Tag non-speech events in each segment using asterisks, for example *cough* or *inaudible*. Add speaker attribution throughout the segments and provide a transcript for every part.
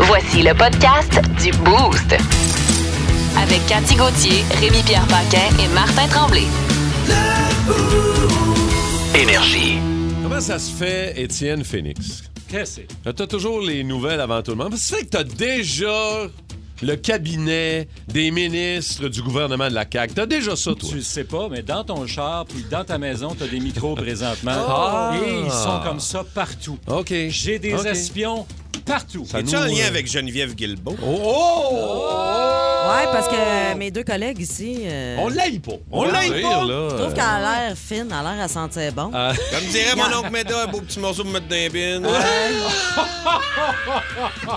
Speaker 1: Voici le podcast du Boost. Avec Cathy Gauthier, Rémi-Pierre Paquin et Martin Tremblay.
Speaker 2: Énergie.
Speaker 3: Comment ça se fait, Étienne Phoenix?
Speaker 4: Qu'est-ce que c'est?
Speaker 3: Là, T'as toujours les nouvelles avant tout le monde. Ça fait que t'as déjà le cabinet des ministres du gouvernement de la CAQ. T'as déjà ça, toi.
Speaker 4: Tu le sais pas, mais dans ton char puis dans ta maison, t'as des micros présentement.
Speaker 3: *laughs* Ah!
Speaker 4: Et ils sont comme ça partout.
Speaker 3: OK.
Speaker 4: J'ai des
Speaker 3: OK.
Speaker 4: espions partout.
Speaker 3: Ça
Speaker 5: Es-tu en
Speaker 3: nous,
Speaker 5: lien
Speaker 3: euh,
Speaker 5: avec Geneviève Guilbeault?
Speaker 3: Oh! oh!
Speaker 6: Ouais, parce que mes deux collègues ici, euh,
Speaker 3: On l'aille pas. Oh! On
Speaker 5: va
Speaker 3: l'aille
Speaker 5: dire,
Speaker 3: pas.
Speaker 6: je trouve qu'elle a l'air fine, elle a l'air à sentir bon.
Speaker 3: Ah,
Speaker 5: Comme dirait mon
Speaker 3: *laughs*
Speaker 5: oncle Meda, un beau petit morceau pour mettre dans les bines.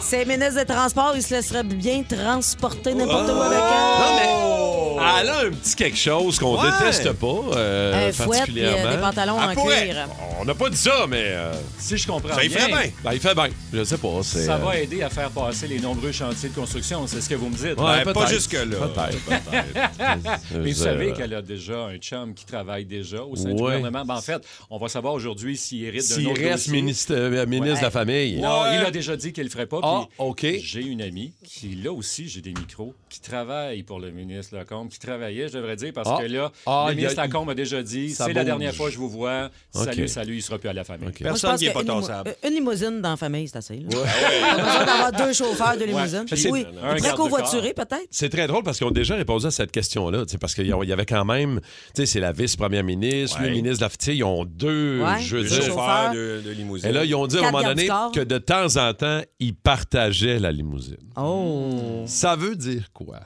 Speaker 6: Ces ministres des Transports, ils se laisseraient bien transporter n'importe où avec
Speaker 3: non,
Speaker 6: elle.
Speaker 3: mais Oh. elle a un petit quelque chose qu'on
Speaker 5: Ouais.
Speaker 3: déteste pas euh,
Speaker 6: Un fouet puis euh, des
Speaker 3: particulièrement. Ah,
Speaker 6: pantalons
Speaker 5: Elle
Speaker 6: en
Speaker 5: pourrait.
Speaker 6: cuir.
Speaker 3: On n'a pas dit ça, mais euh,
Speaker 4: Si je comprends
Speaker 5: Ça y ferait bien.
Speaker 3: ben, il fait bien. Je sais pas. c'est,
Speaker 4: Ça
Speaker 3: euh,
Speaker 4: va aider à faire passer les nombreux chantiers de construction, c'est ce que vous me dites.
Speaker 5: Ben,
Speaker 3: ouais,
Speaker 5: pas
Speaker 3: peut-être.
Speaker 5: jusque-là. *laughs*
Speaker 3: Peut-être, peut-être.
Speaker 4: Mais
Speaker 3: Je
Speaker 4: vous
Speaker 3: veux
Speaker 4: savez
Speaker 3: dire,
Speaker 4: qu'elle a déjà un chum qui travaille déjà au sein du
Speaker 3: Ouais.
Speaker 4: gouvernement. Ben, en fait, on va savoir aujourd'hui s'il hérite d'un
Speaker 3: S'il
Speaker 4: autre
Speaker 3: reste
Speaker 4: dossier.
Speaker 3: ministre, euh, ministre de la Famille.
Speaker 4: Non,
Speaker 5: Ouais.
Speaker 4: il a déjà dit qu'il le ferait pas.
Speaker 3: Ah,
Speaker 4: puis
Speaker 3: OK.
Speaker 4: J'ai une amie qui, là aussi, j'ai des micros, qui travaille pour le ministre Lacombe, qui travaillait, je devrais dire, parce
Speaker 3: Ah.
Speaker 4: que là,
Speaker 3: Ah,
Speaker 4: le
Speaker 3: il y a-
Speaker 4: ministre Lacombe a déjà dit,
Speaker 3: Ça
Speaker 4: c'est la
Speaker 3: bouge.
Speaker 4: dernière fois que je vous vois,
Speaker 3: OK.
Speaker 4: salut, salut, il sera plus à la famille.
Speaker 6: Moi,
Speaker 3: OK.
Speaker 6: je
Speaker 5: Personne
Speaker 6: pense
Speaker 5: qui est pas
Speaker 6: qu'une limo-
Speaker 5: tassable.
Speaker 6: euh, Une limousine dans la famille, c'est assez. Là. Pas besoin d'avoir deux chauffeurs de limousine.
Speaker 4: Puis
Speaker 6: Oui,
Speaker 4: un
Speaker 6: très
Speaker 4: garde-corps.
Speaker 6: covoituré peut-être.
Speaker 3: C'est très drôle parce qu'ils ont déjà répondu à cette question-là. tu sais, Parce qu'il y a- il y avait quand même. Tu sais, c'est la vice-première ministre, le
Speaker 5: Ouais.
Speaker 3: ministre de la tu sais, Ils ont deux.
Speaker 6: Ouais.
Speaker 3: Je veux
Speaker 5: Le
Speaker 3: dire.
Speaker 5: chauffeur de, de limousine.
Speaker 3: Et là, ils ont dit à un
Speaker 6: Quatre
Speaker 3: moment
Speaker 6: gardes
Speaker 3: donné
Speaker 6: du corps.
Speaker 3: que de temps en temps, ils partageaient la limousine.
Speaker 6: Oh,
Speaker 3: *laughs* Ça veut dire quoi?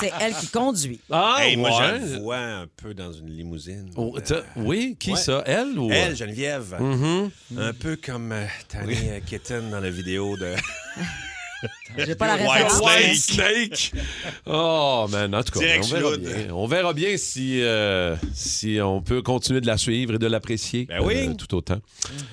Speaker 6: c'est elle qui conduit.
Speaker 3: Ah,
Speaker 5: Hey, moi, je la vois un peu dans une limousine.
Speaker 3: Oh, t'as- oui, qui
Speaker 5: Ouais.
Speaker 3: ça? Elle ou. Mm-hmm.
Speaker 5: Elle, Geneviève, un peu comme euh, Tani euh, Kitten dans la vidéo de
Speaker 3: *laughs*
Speaker 6: J'ai pas la
Speaker 5: White
Speaker 6: référence.
Speaker 5: Snake.
Speaker 3: Snake! Oh, man, en tout cas,
Speaker 5: Direct
Speaker 3: on verra,
Speaker 5: Schloud.
Speaker 3: bien. On verra bien si, euh, si on peut continuer de la suivre et de l'apprécier euh,
Speaker 5: Ben oui.
Speaker 3: tout autant.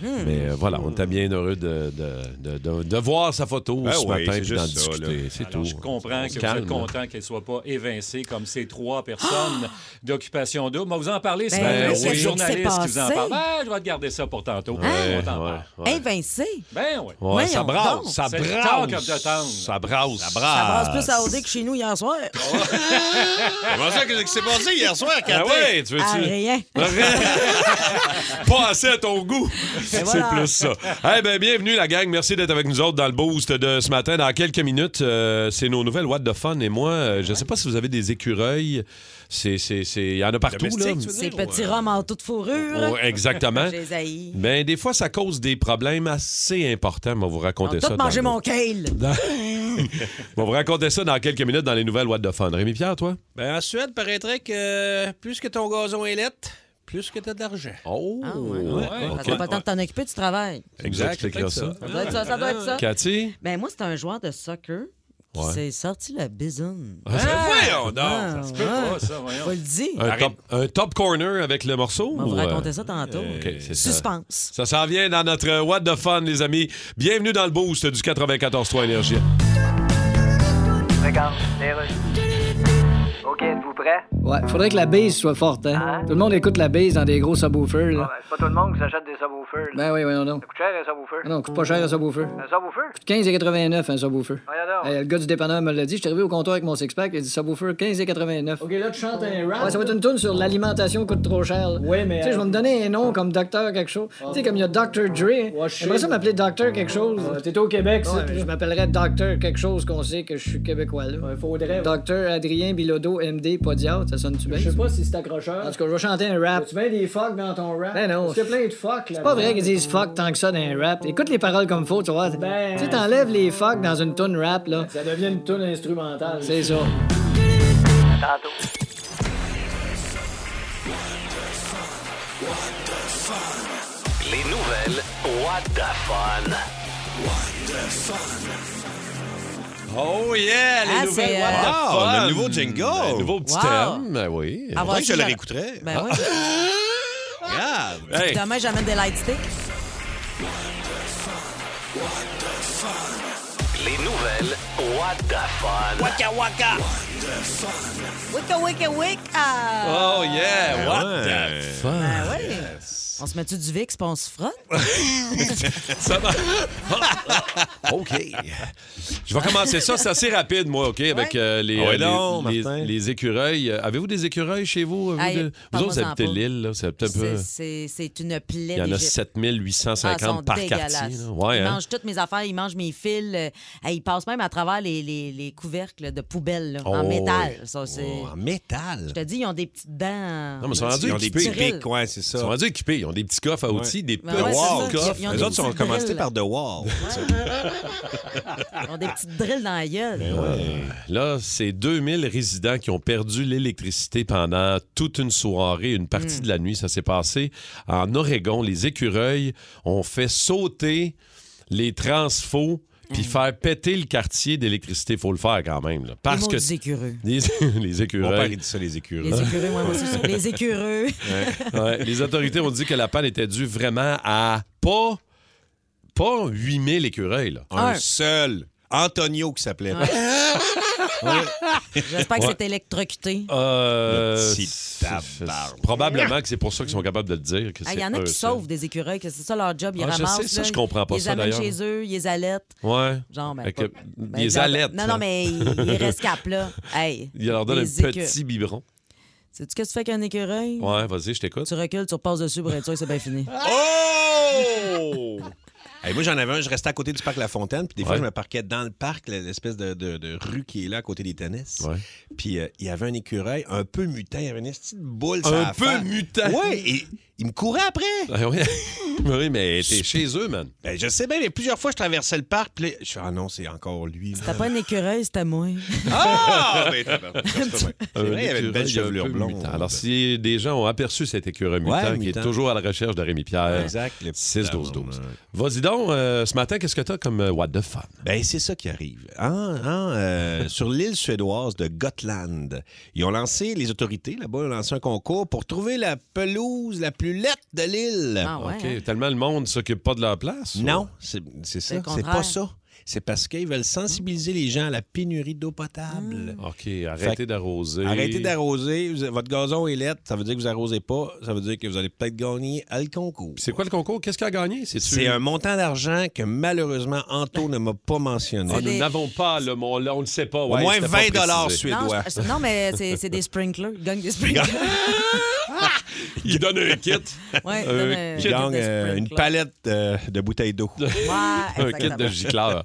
Speaker 3: Mais euh, voilà, on était bien heureux de, de, de, de- de voir sa photo
Speaker 5: Ben
Speaker 3: ce
Speaker 5: oui,
Speaker 3: matin
Speaker 5: c'est
Speaker 3: et d'en
Speaker 5: juste ça,
Speaker 3: discuter.
Speaker 5: là.
Speaker 3: C'est
Speaker 4: Alors,
Speaker 3: tout.
Speaker 4: je comprends
Speaker 3: On
Speaker 4: que
Speaker 3: se
Speaker 4: vous
Speaker 3: calme.
Speaker 4: êtes content qu'elle ne soit pas évincée comme ces trois personnes d'occupation double. On va vous en parler, c'est
Speaker 6: Ah! Ben
Speaker 3: oui,
Speaker 4: c'est
Speaker 3: qu'est-ce
Speaker 4: le
Speaker 3: qui
Speaker 4: journaliste
Speaker 6: s'est
Speaker 4: qui vous en
Speaker 6: passé? Hein?
Speaker 4: parle. Ben, je vais te garder ça pour tantôt.
Speaker 3: Ouais,
Speaker 4: On t'en parle.
Speaker 3: ouais, ouais.
Speaker 6: Invincé.
Speaker 4: Ben oui.
Speaker 3: Ouais, ça
Speaker 6: Voyons
Speaker 3: brasse,
Speaker 6: donc.
Speaker 3: ça
Speaker 4: C'est le talk
Speaker 3: brasse.
Speaker 4: of the town.
Speaker 3: Ça brasse. Ça
Speaker 6: Ça brasse plus à OD que chez nous hier soir.
Speaker 5: Comment ça, qu'est-ce qui s'est passé hier soir,
Speaker 3: Ah
Speaker 5: Cathy?
Speaker 3: ouais, tu
Speaker 6: Ah,
Speaker 3: veux-tu?
Speaker 6: rien.
Speaker 3: *laughs* Pas assez à ton goût. C'est
Speaker 6: voilà.
Speaker 3: plus ça. Eh ben, bienvenue la gang. Merci d'être avec nous autres dans le boost de ce matin. Dans quelques minutes, euh, c'est nos nouvelles What the Fun. Et moi, euh, je sais pas si vous avez des écureuils. C'est, c'est, c'est... Il y en a partout, là.
Speaker 5: Domestique, tu veux
Speaker 6: Ces
Speaker 5: dire,
Speaker 6: petits
Speaker 5: ou, euh,
Speaker 6: roms en toute fourrure.
Speaker 3: Oh,
Speaker 6: *laughs*
Speaker 3: exactement.
Speaker 6: Je les haïs.
Speaker 3: Ben, des fois, ça cause des problèmes assez importants. On va vous
Speaker 6: Ils ont
Speaker 3: raconter ça.
Speaker 6: tous mangé
Speaker 3: dans-
Speaker 6: mon kale.
Speaker 3: dans- On va vous raconter ça dans quelques minutes dans les nouvelles What the Fun. Rémi-Pierre, toi?
Speaker 5: Ben, en Suède, paraîtrait que euh, plus que ton gazon est lettre, plus que t'as d'argent.
Speaker 3: Oh!
Speaker 6: Ah, ouais.
Speaker 3: OK.
Speaker 6: Parce que t'as pas le temps de t'en occuper, tu travailles.
Speaker 3: Exact, c'est
Speaker 5: peut-être
Speaker 3: ça.
Speaker 6: Ça doit être ça. ça, doit être ça.
Speaker 3: Cathy?
Speaker 6: Ben, moi, c'est un joueur de soccer qui
Speaker 3: Ouais. Ah,
Speaker 6: s'est sorti le bison.
Speaker 5: Ben, voyons donc!
Speaker 6: Ah,
Speaker 4: Je peux
Speaker 6: ouais.
Speaker 4: pas, ça, voyons.
Speaker 6: Je vais le dire.
Speaker 3: Un top, un top corner avec le morceau?
Speaker 6: On va vous
Speaker 3: ou, euh,
Speaker 6: raconter ça tantôt.
Speaker 3: OK, c'est ça.
Speaker 6: Suspense.
Speaker 3: Ça s'en vient dans notre What the Fun, les amis. Bienvenue dans le boost du 94-3 Énergie.
Speaker 7: Regarde, les rues. OK, êtes-vous prêts?
Speaker 8: Ouais, faudrait que la base soit forte, hein.
Speaker 7: Hein?
Speaker 8: Tout le monde écoute la base dans des gros subwoofers,
Speaker 7: Ah,
Speaker 8: là.
Speaker 7: ben, c'est pas tout le monde qui s'achète des subwoofers. là.
Speaker 8: Ben oui, voyons donc.
Speaker 7: Ça coûte cher, un subwoofer.
Speaker 8: Ah non, coûte pas cher un subwoofer.
Speaker 7: Un subwoofer?
Speaker 8: 15,89 un subwoofer.
Speaker 7: Voyons donc.
Speaker 8: Hey, le gars du dépanneur me l'a dit, je suis arrivé au comptoir avec mon six-pack, il a dit subwoofer 15,89. Ok, là tu chantes un rap. Ouais, ça va être une tune sur l'alimentation coûte trop cher. Ouais, mais. euh, Tu sais, je vais me donner un nom comme docteur quelque chose. Tu sais, comme il y a Dr. Dre. J'aimerais ça m'appeler docteur quelque chose. T'es au Québec, ça. je m'appellerais docteur quelque chose qu'on sait que je suis québécois là. faudrait. Docteur Adrien Bilodeau, MD, Podiatre, ça sonne-tu bien? Je sais pas si c'est accrocheur. En tout cas, je vais chanter un rap. Tu mets des fuck dans ton rap. Ben non. C'est plein de fuck là. C'est pas vrai qu'ils disent fuck tant que ça dans un rap. Écoute les paroles comme faut, tu vois. Tu sais, t'enlèves les fuck dans une tune rap là. Ça devient une tune instrumentale. C'est ça.
Speaker 7: Tantôt.
Speaker 2: Les nouvelles What the Fun.
Speaker 5: Oh yeah, les
Speaker 6: Ah,
Speaker 5: nouvelles
Speaker 6: c'est,
Speaker 5: What the
Speaker 6: euh,
Speaker 5: Fun! Ben,
Speaker 3: Wow,
Speaker 5: le nouveau jingle!
Speaker 3: Un Ah, nouveau petit
Speaker 6: Wow.
Speaker 3: thème, ben oui.
Speaker 6: Avoir
Speaker 5: Faudrait que je
Speaker 6: su
Speaker 5: le
Speaker 6: la-
Speaker 5: réécouterais. *laughs*
Speaker 6: Ben oui.
Speaker 5: Regarde!
Speaker 3: Hey,
Speaker 6: Demain, j'amène des light sticks.
Speaker 2: Les nouvelles What the Fun.
Speaker 5: Waka waka!
Speaker 6: Wicka, wicka, wicka.
Speaker 3: oh yeah, what
Speaker 5: Ouais.
Speaker 3: the fun.
Speaker 6: Ben Ah! oui. On se met-tu du VIX puis on se frotte?
Speaker 3: *laughs* Ça va. OK. Je vais commencer ça. C'est assez rapide, moi, OK, avec euh, les,
Speaker 9: Ah ouais,
Speaker 3: euh, les-
Speaker 9: donc,
Speaker 3: les,
Speaker 9: Martin.
Speaker 3: les écureuils. Euh, Avez-vous des écureuils chez vous? Avez-vous
Speaker 6: Aïe,
Speaker 3: des- vous
Speaker 6: parle-moi
Speaker 3: autres, vous
Speaker 6: en
Speaker 3: habitez
Speaker 6: pas.
Speaker 3: l'île, là. C'est peut-être un peu...
Speaker 6: C'est- C'est c'est une plaie
Speaker 3: Il y en a
Speaker 6: d'Égypte. Ah, ils
Speaker 3: 7850
Speaker 6: sont
Speaker 3: par
Speaker 6: dégueulasses.
Speaker 3: quartier. là. Ouais,
Speaker 6: ils
Speaker 3: hein?
Speaker 6: mangent toutes mes affaires, ils mangent mes fils. euh, et ils passent même à travers les, les- les couvercles de poubelles là, en
Speaker 3: Oh,
Speaker 6: métal. Ça, c'est-
Speaker 9: Oh, en métal.
Speaker 6: Je te dis, ils ont des petites dents.
Speaker 3: Non, mais ils sont rendus
Speaker 9: Ils ont des
Speaker 3: équipés.
Speaker 9: petits
Speaker 6: Grill.
Speaker 9: pics, ouais, c'est
Speaker 3: Ils sont
Speaker 9: ça.
Speaker 3: rendus équipés. Ils ont des petits coffres à outils, des
Speaker 6: Ben
Speaker 3: petits
Speaker 6: ouais,
Speaker 3: coffres.
Speaker 6: c'est ça.
Speaker 3: coffres.
Speaker 6: Ils ont
Speaker 9: Les
Speaker 6: des
Speaker 9: autres sont
Speaker 6: petits grilles.
Speaker 9: commencés par The War.
Speaker 6: Ils ont des petites drilles dans la
Speaker 9: Ben
Speaker 3: Ben
Speaker 6: gueule.
Speaker 3: Là, c'est 2000 résidents qui ont perdu l'électricité pendant toute une soirée, une partie
Speaker 6: Hmm.
Speaker 3: de la nuit. Ça s'est passé en Oregon. Les écureuils ont fait sauter les transfaux puis faire péter le quartier d'électricité. faut le faire quand même.
Speaker 6: Hmm.
Speaker 3: là.
Speaker 6: Les
Speaker 3: parce que
Speaker 6: maudits écureux.
Speaker 3: *laughs* les, les
Speaker 9: Mon père,
Speaker 3: écureuils.
Speaker 9: il dit ça, les écureuils.
Speaker 6: Les écureux, ouais, moi, c'est ça. Les
Speaker 9: *laughs*
Speaker 6: écureux.
Speaker 3: Ouais, les autorités ont dit que la panne était due vraiment à pas, pas 8000 écureuils. là.
Speaker 9: Un
Speaker 6: Un.
Speaker 9: seul. Antonio qui s'appelait.
Speaker 6: J'espère que c'est électrocuté.
Speaker 3: *laughs* Euh,
Speaker 9: Le petit
Speaker 3: c'est-
Speaker 9: tabarnak.
Speaker 3: c'est- Probablement que c'est pour ça qu'ils sont capables de le dire. que
Speaker 6: Ah, Il
Speaker 3: c'est
Speaker 6: y en a
Speaker 3: eux,
Speaker 6: qui
Speaker 3: ça.
Speaker 6: sauvent des écureuils, que c'est ça leur job, ils
Speaker 3: Ah, je
Speaker 6: ramassent.
Speaker 3: sais, ça,
Speaker 6: là,
Speaker 3: je comprends pas
Speaker 6: ils
Speaker 3: ça,
Speaker 6: les amènent
Speaker 3: d'ailleurs.
Speaker 6: chez eux, ils les allaitent.
Speaker 3: Ouais.
Speaker 6: Genre, ben,
Speaker 3: Avec,
Speaker 6: pas-
Speaker 3: euh,
Speaker 6: ben,
Speaker 3: ils les
Speaker 6: genre-
Speaker 3: allaitent.
Speaker 6: Non, non, mais ils
Speaker 3: *laughs*
Speaker 6: ils rescapent, là. Hey,
Speaker 3: Il leur donne un
Speaker 6: les écureux.
Speaker 3: petit biberon.
Speaker 6: Sais-tu qu'est-ce que tu fais avec un écureuil? Ah!
Speaker 3: Ouais, vas-y, je t'écoute.
Speaker 6: Tu recules, tu repasses dessus pour être sûr que c'est bien fini. *laughs*
Speaker 9: Oh! Hey, moi, j'en avais un, je restais à côté du parc La Fontaine, puis des fois,
Speaker 3: Ouais.
Speaker 9: je me parquais dans le parc, l'espèce de, de- de rue qui est là à côté des tennis.
Speaker 3: Ouais.
Speaker 9: Puis euh, il y avait un écureuil un peu mutant, il y avait une petite boule. sur
Speaker 3: Un
Speaker 9: la
Speaker 3: peu
Speaker 9: face.
Speaker 3: mutant.
Speaker 9: Ouais, et il me courait après. *laughs*
Speaker 3: Ah oui. oui, mais t'es chez eux, man.
Speaker 9: Ben, je sais bien, mais plusieurs fois, je traversais le parc, puis là, je suis ah non, c'est encore lui.
Speaker 6: C'était pas un écureuil, c'était moi.
Speaker 9: *laughs* Ah! Ben, tabarnak, c'est
Speaker 6: *laughs*
Speaker 9: vrai,
Speaker 3: *laughs* Un
Speaker 9: il y avait une
Speaker 3: écureuil
Speaker 9: belle chevelure
Speaker 3: un peu
Speaker 9: blonde.
Speaker 3: mutant. Alors, si des gens ont aperçu cet écureuil mutant qui est
Speaker 9: mutant.
Speaker 3: toujours à la recherche de Rémi Pierre,
Speaker 9: Exact, le petit
Speaker 3: 6-12-12.
Speaker 9: tabarnak.
Speaker 3: Vas-y donc, euh, ce matin, qu'est-ce que t'as comme euh, What the Fun?
Speaker 9: Ben, c'est ça qui arrive. En- en, euh, sur l'île suédoise de Gotland, ils ont lancé, les autorités là-bas ont lancé un concours pour trouver la pelouse la plus laite de l'île.
Speaker 6: Ah ouais.
Speaker 3: OK,
Speaker 6: hein?
Speaker 3: tellement le monde s'occupe pas de leur place? ou-
Speaker 9: Non, c'est c'est ça.
Speaker 6: le
Speaker 9: C'est
Speaker 6: contraire.
Speaker 9: pas ça. C'est parce qu'ils veulent sensibiliser les gens à la pénurie d'eau potable.
Speaker 3: Ah. OK, arrêtez
Speaker 9: Fait-
Speaker 3: d'arroser.
Speaker 9: Arrêtez d'arroser. Vous- Votre gazon est laite. Ça veut dire que vous arrosez pas. Ça veut dire que vous allez peut-être gagner à le concours.
Speaker 3: C'est quoi le concours? Qu'est-ce qu'il a gagné? C'est-tu-
Speaker 9: C'est un montant d'argent que malheureusement Anto ne m'a pas mentionné.
Speaker 3: Ah, nous
Speaker 6: Ben, des-
Speaker 3: n'avons pas, le on, on le sait pas.
Speaker 9: Au
Speaker 3: ouais,
Speaker 9: moins
Speaker 3: c'était
Speaker 9: 20
Speaker 3: pas précisé.
Speaker 6: Non,
Speaker 9: suédois.
Speaker 6: je- non, mais c'est c'est des sprinklers. Ils gagnent des sprinklers.
Speaker 3: *laughs* Il donne un kit.
Speaker 6: Ouais,
Speaker 3: Euh,
Speaker 6: donne un-
Speaker 9: Il gagne euh, une palette euh, de bouteilles d'eau.
Speaker 6: Ouais,
Speaker 3: *laughs* un kit de
Speaker 6: exactement.
Speaker 3: gicleur.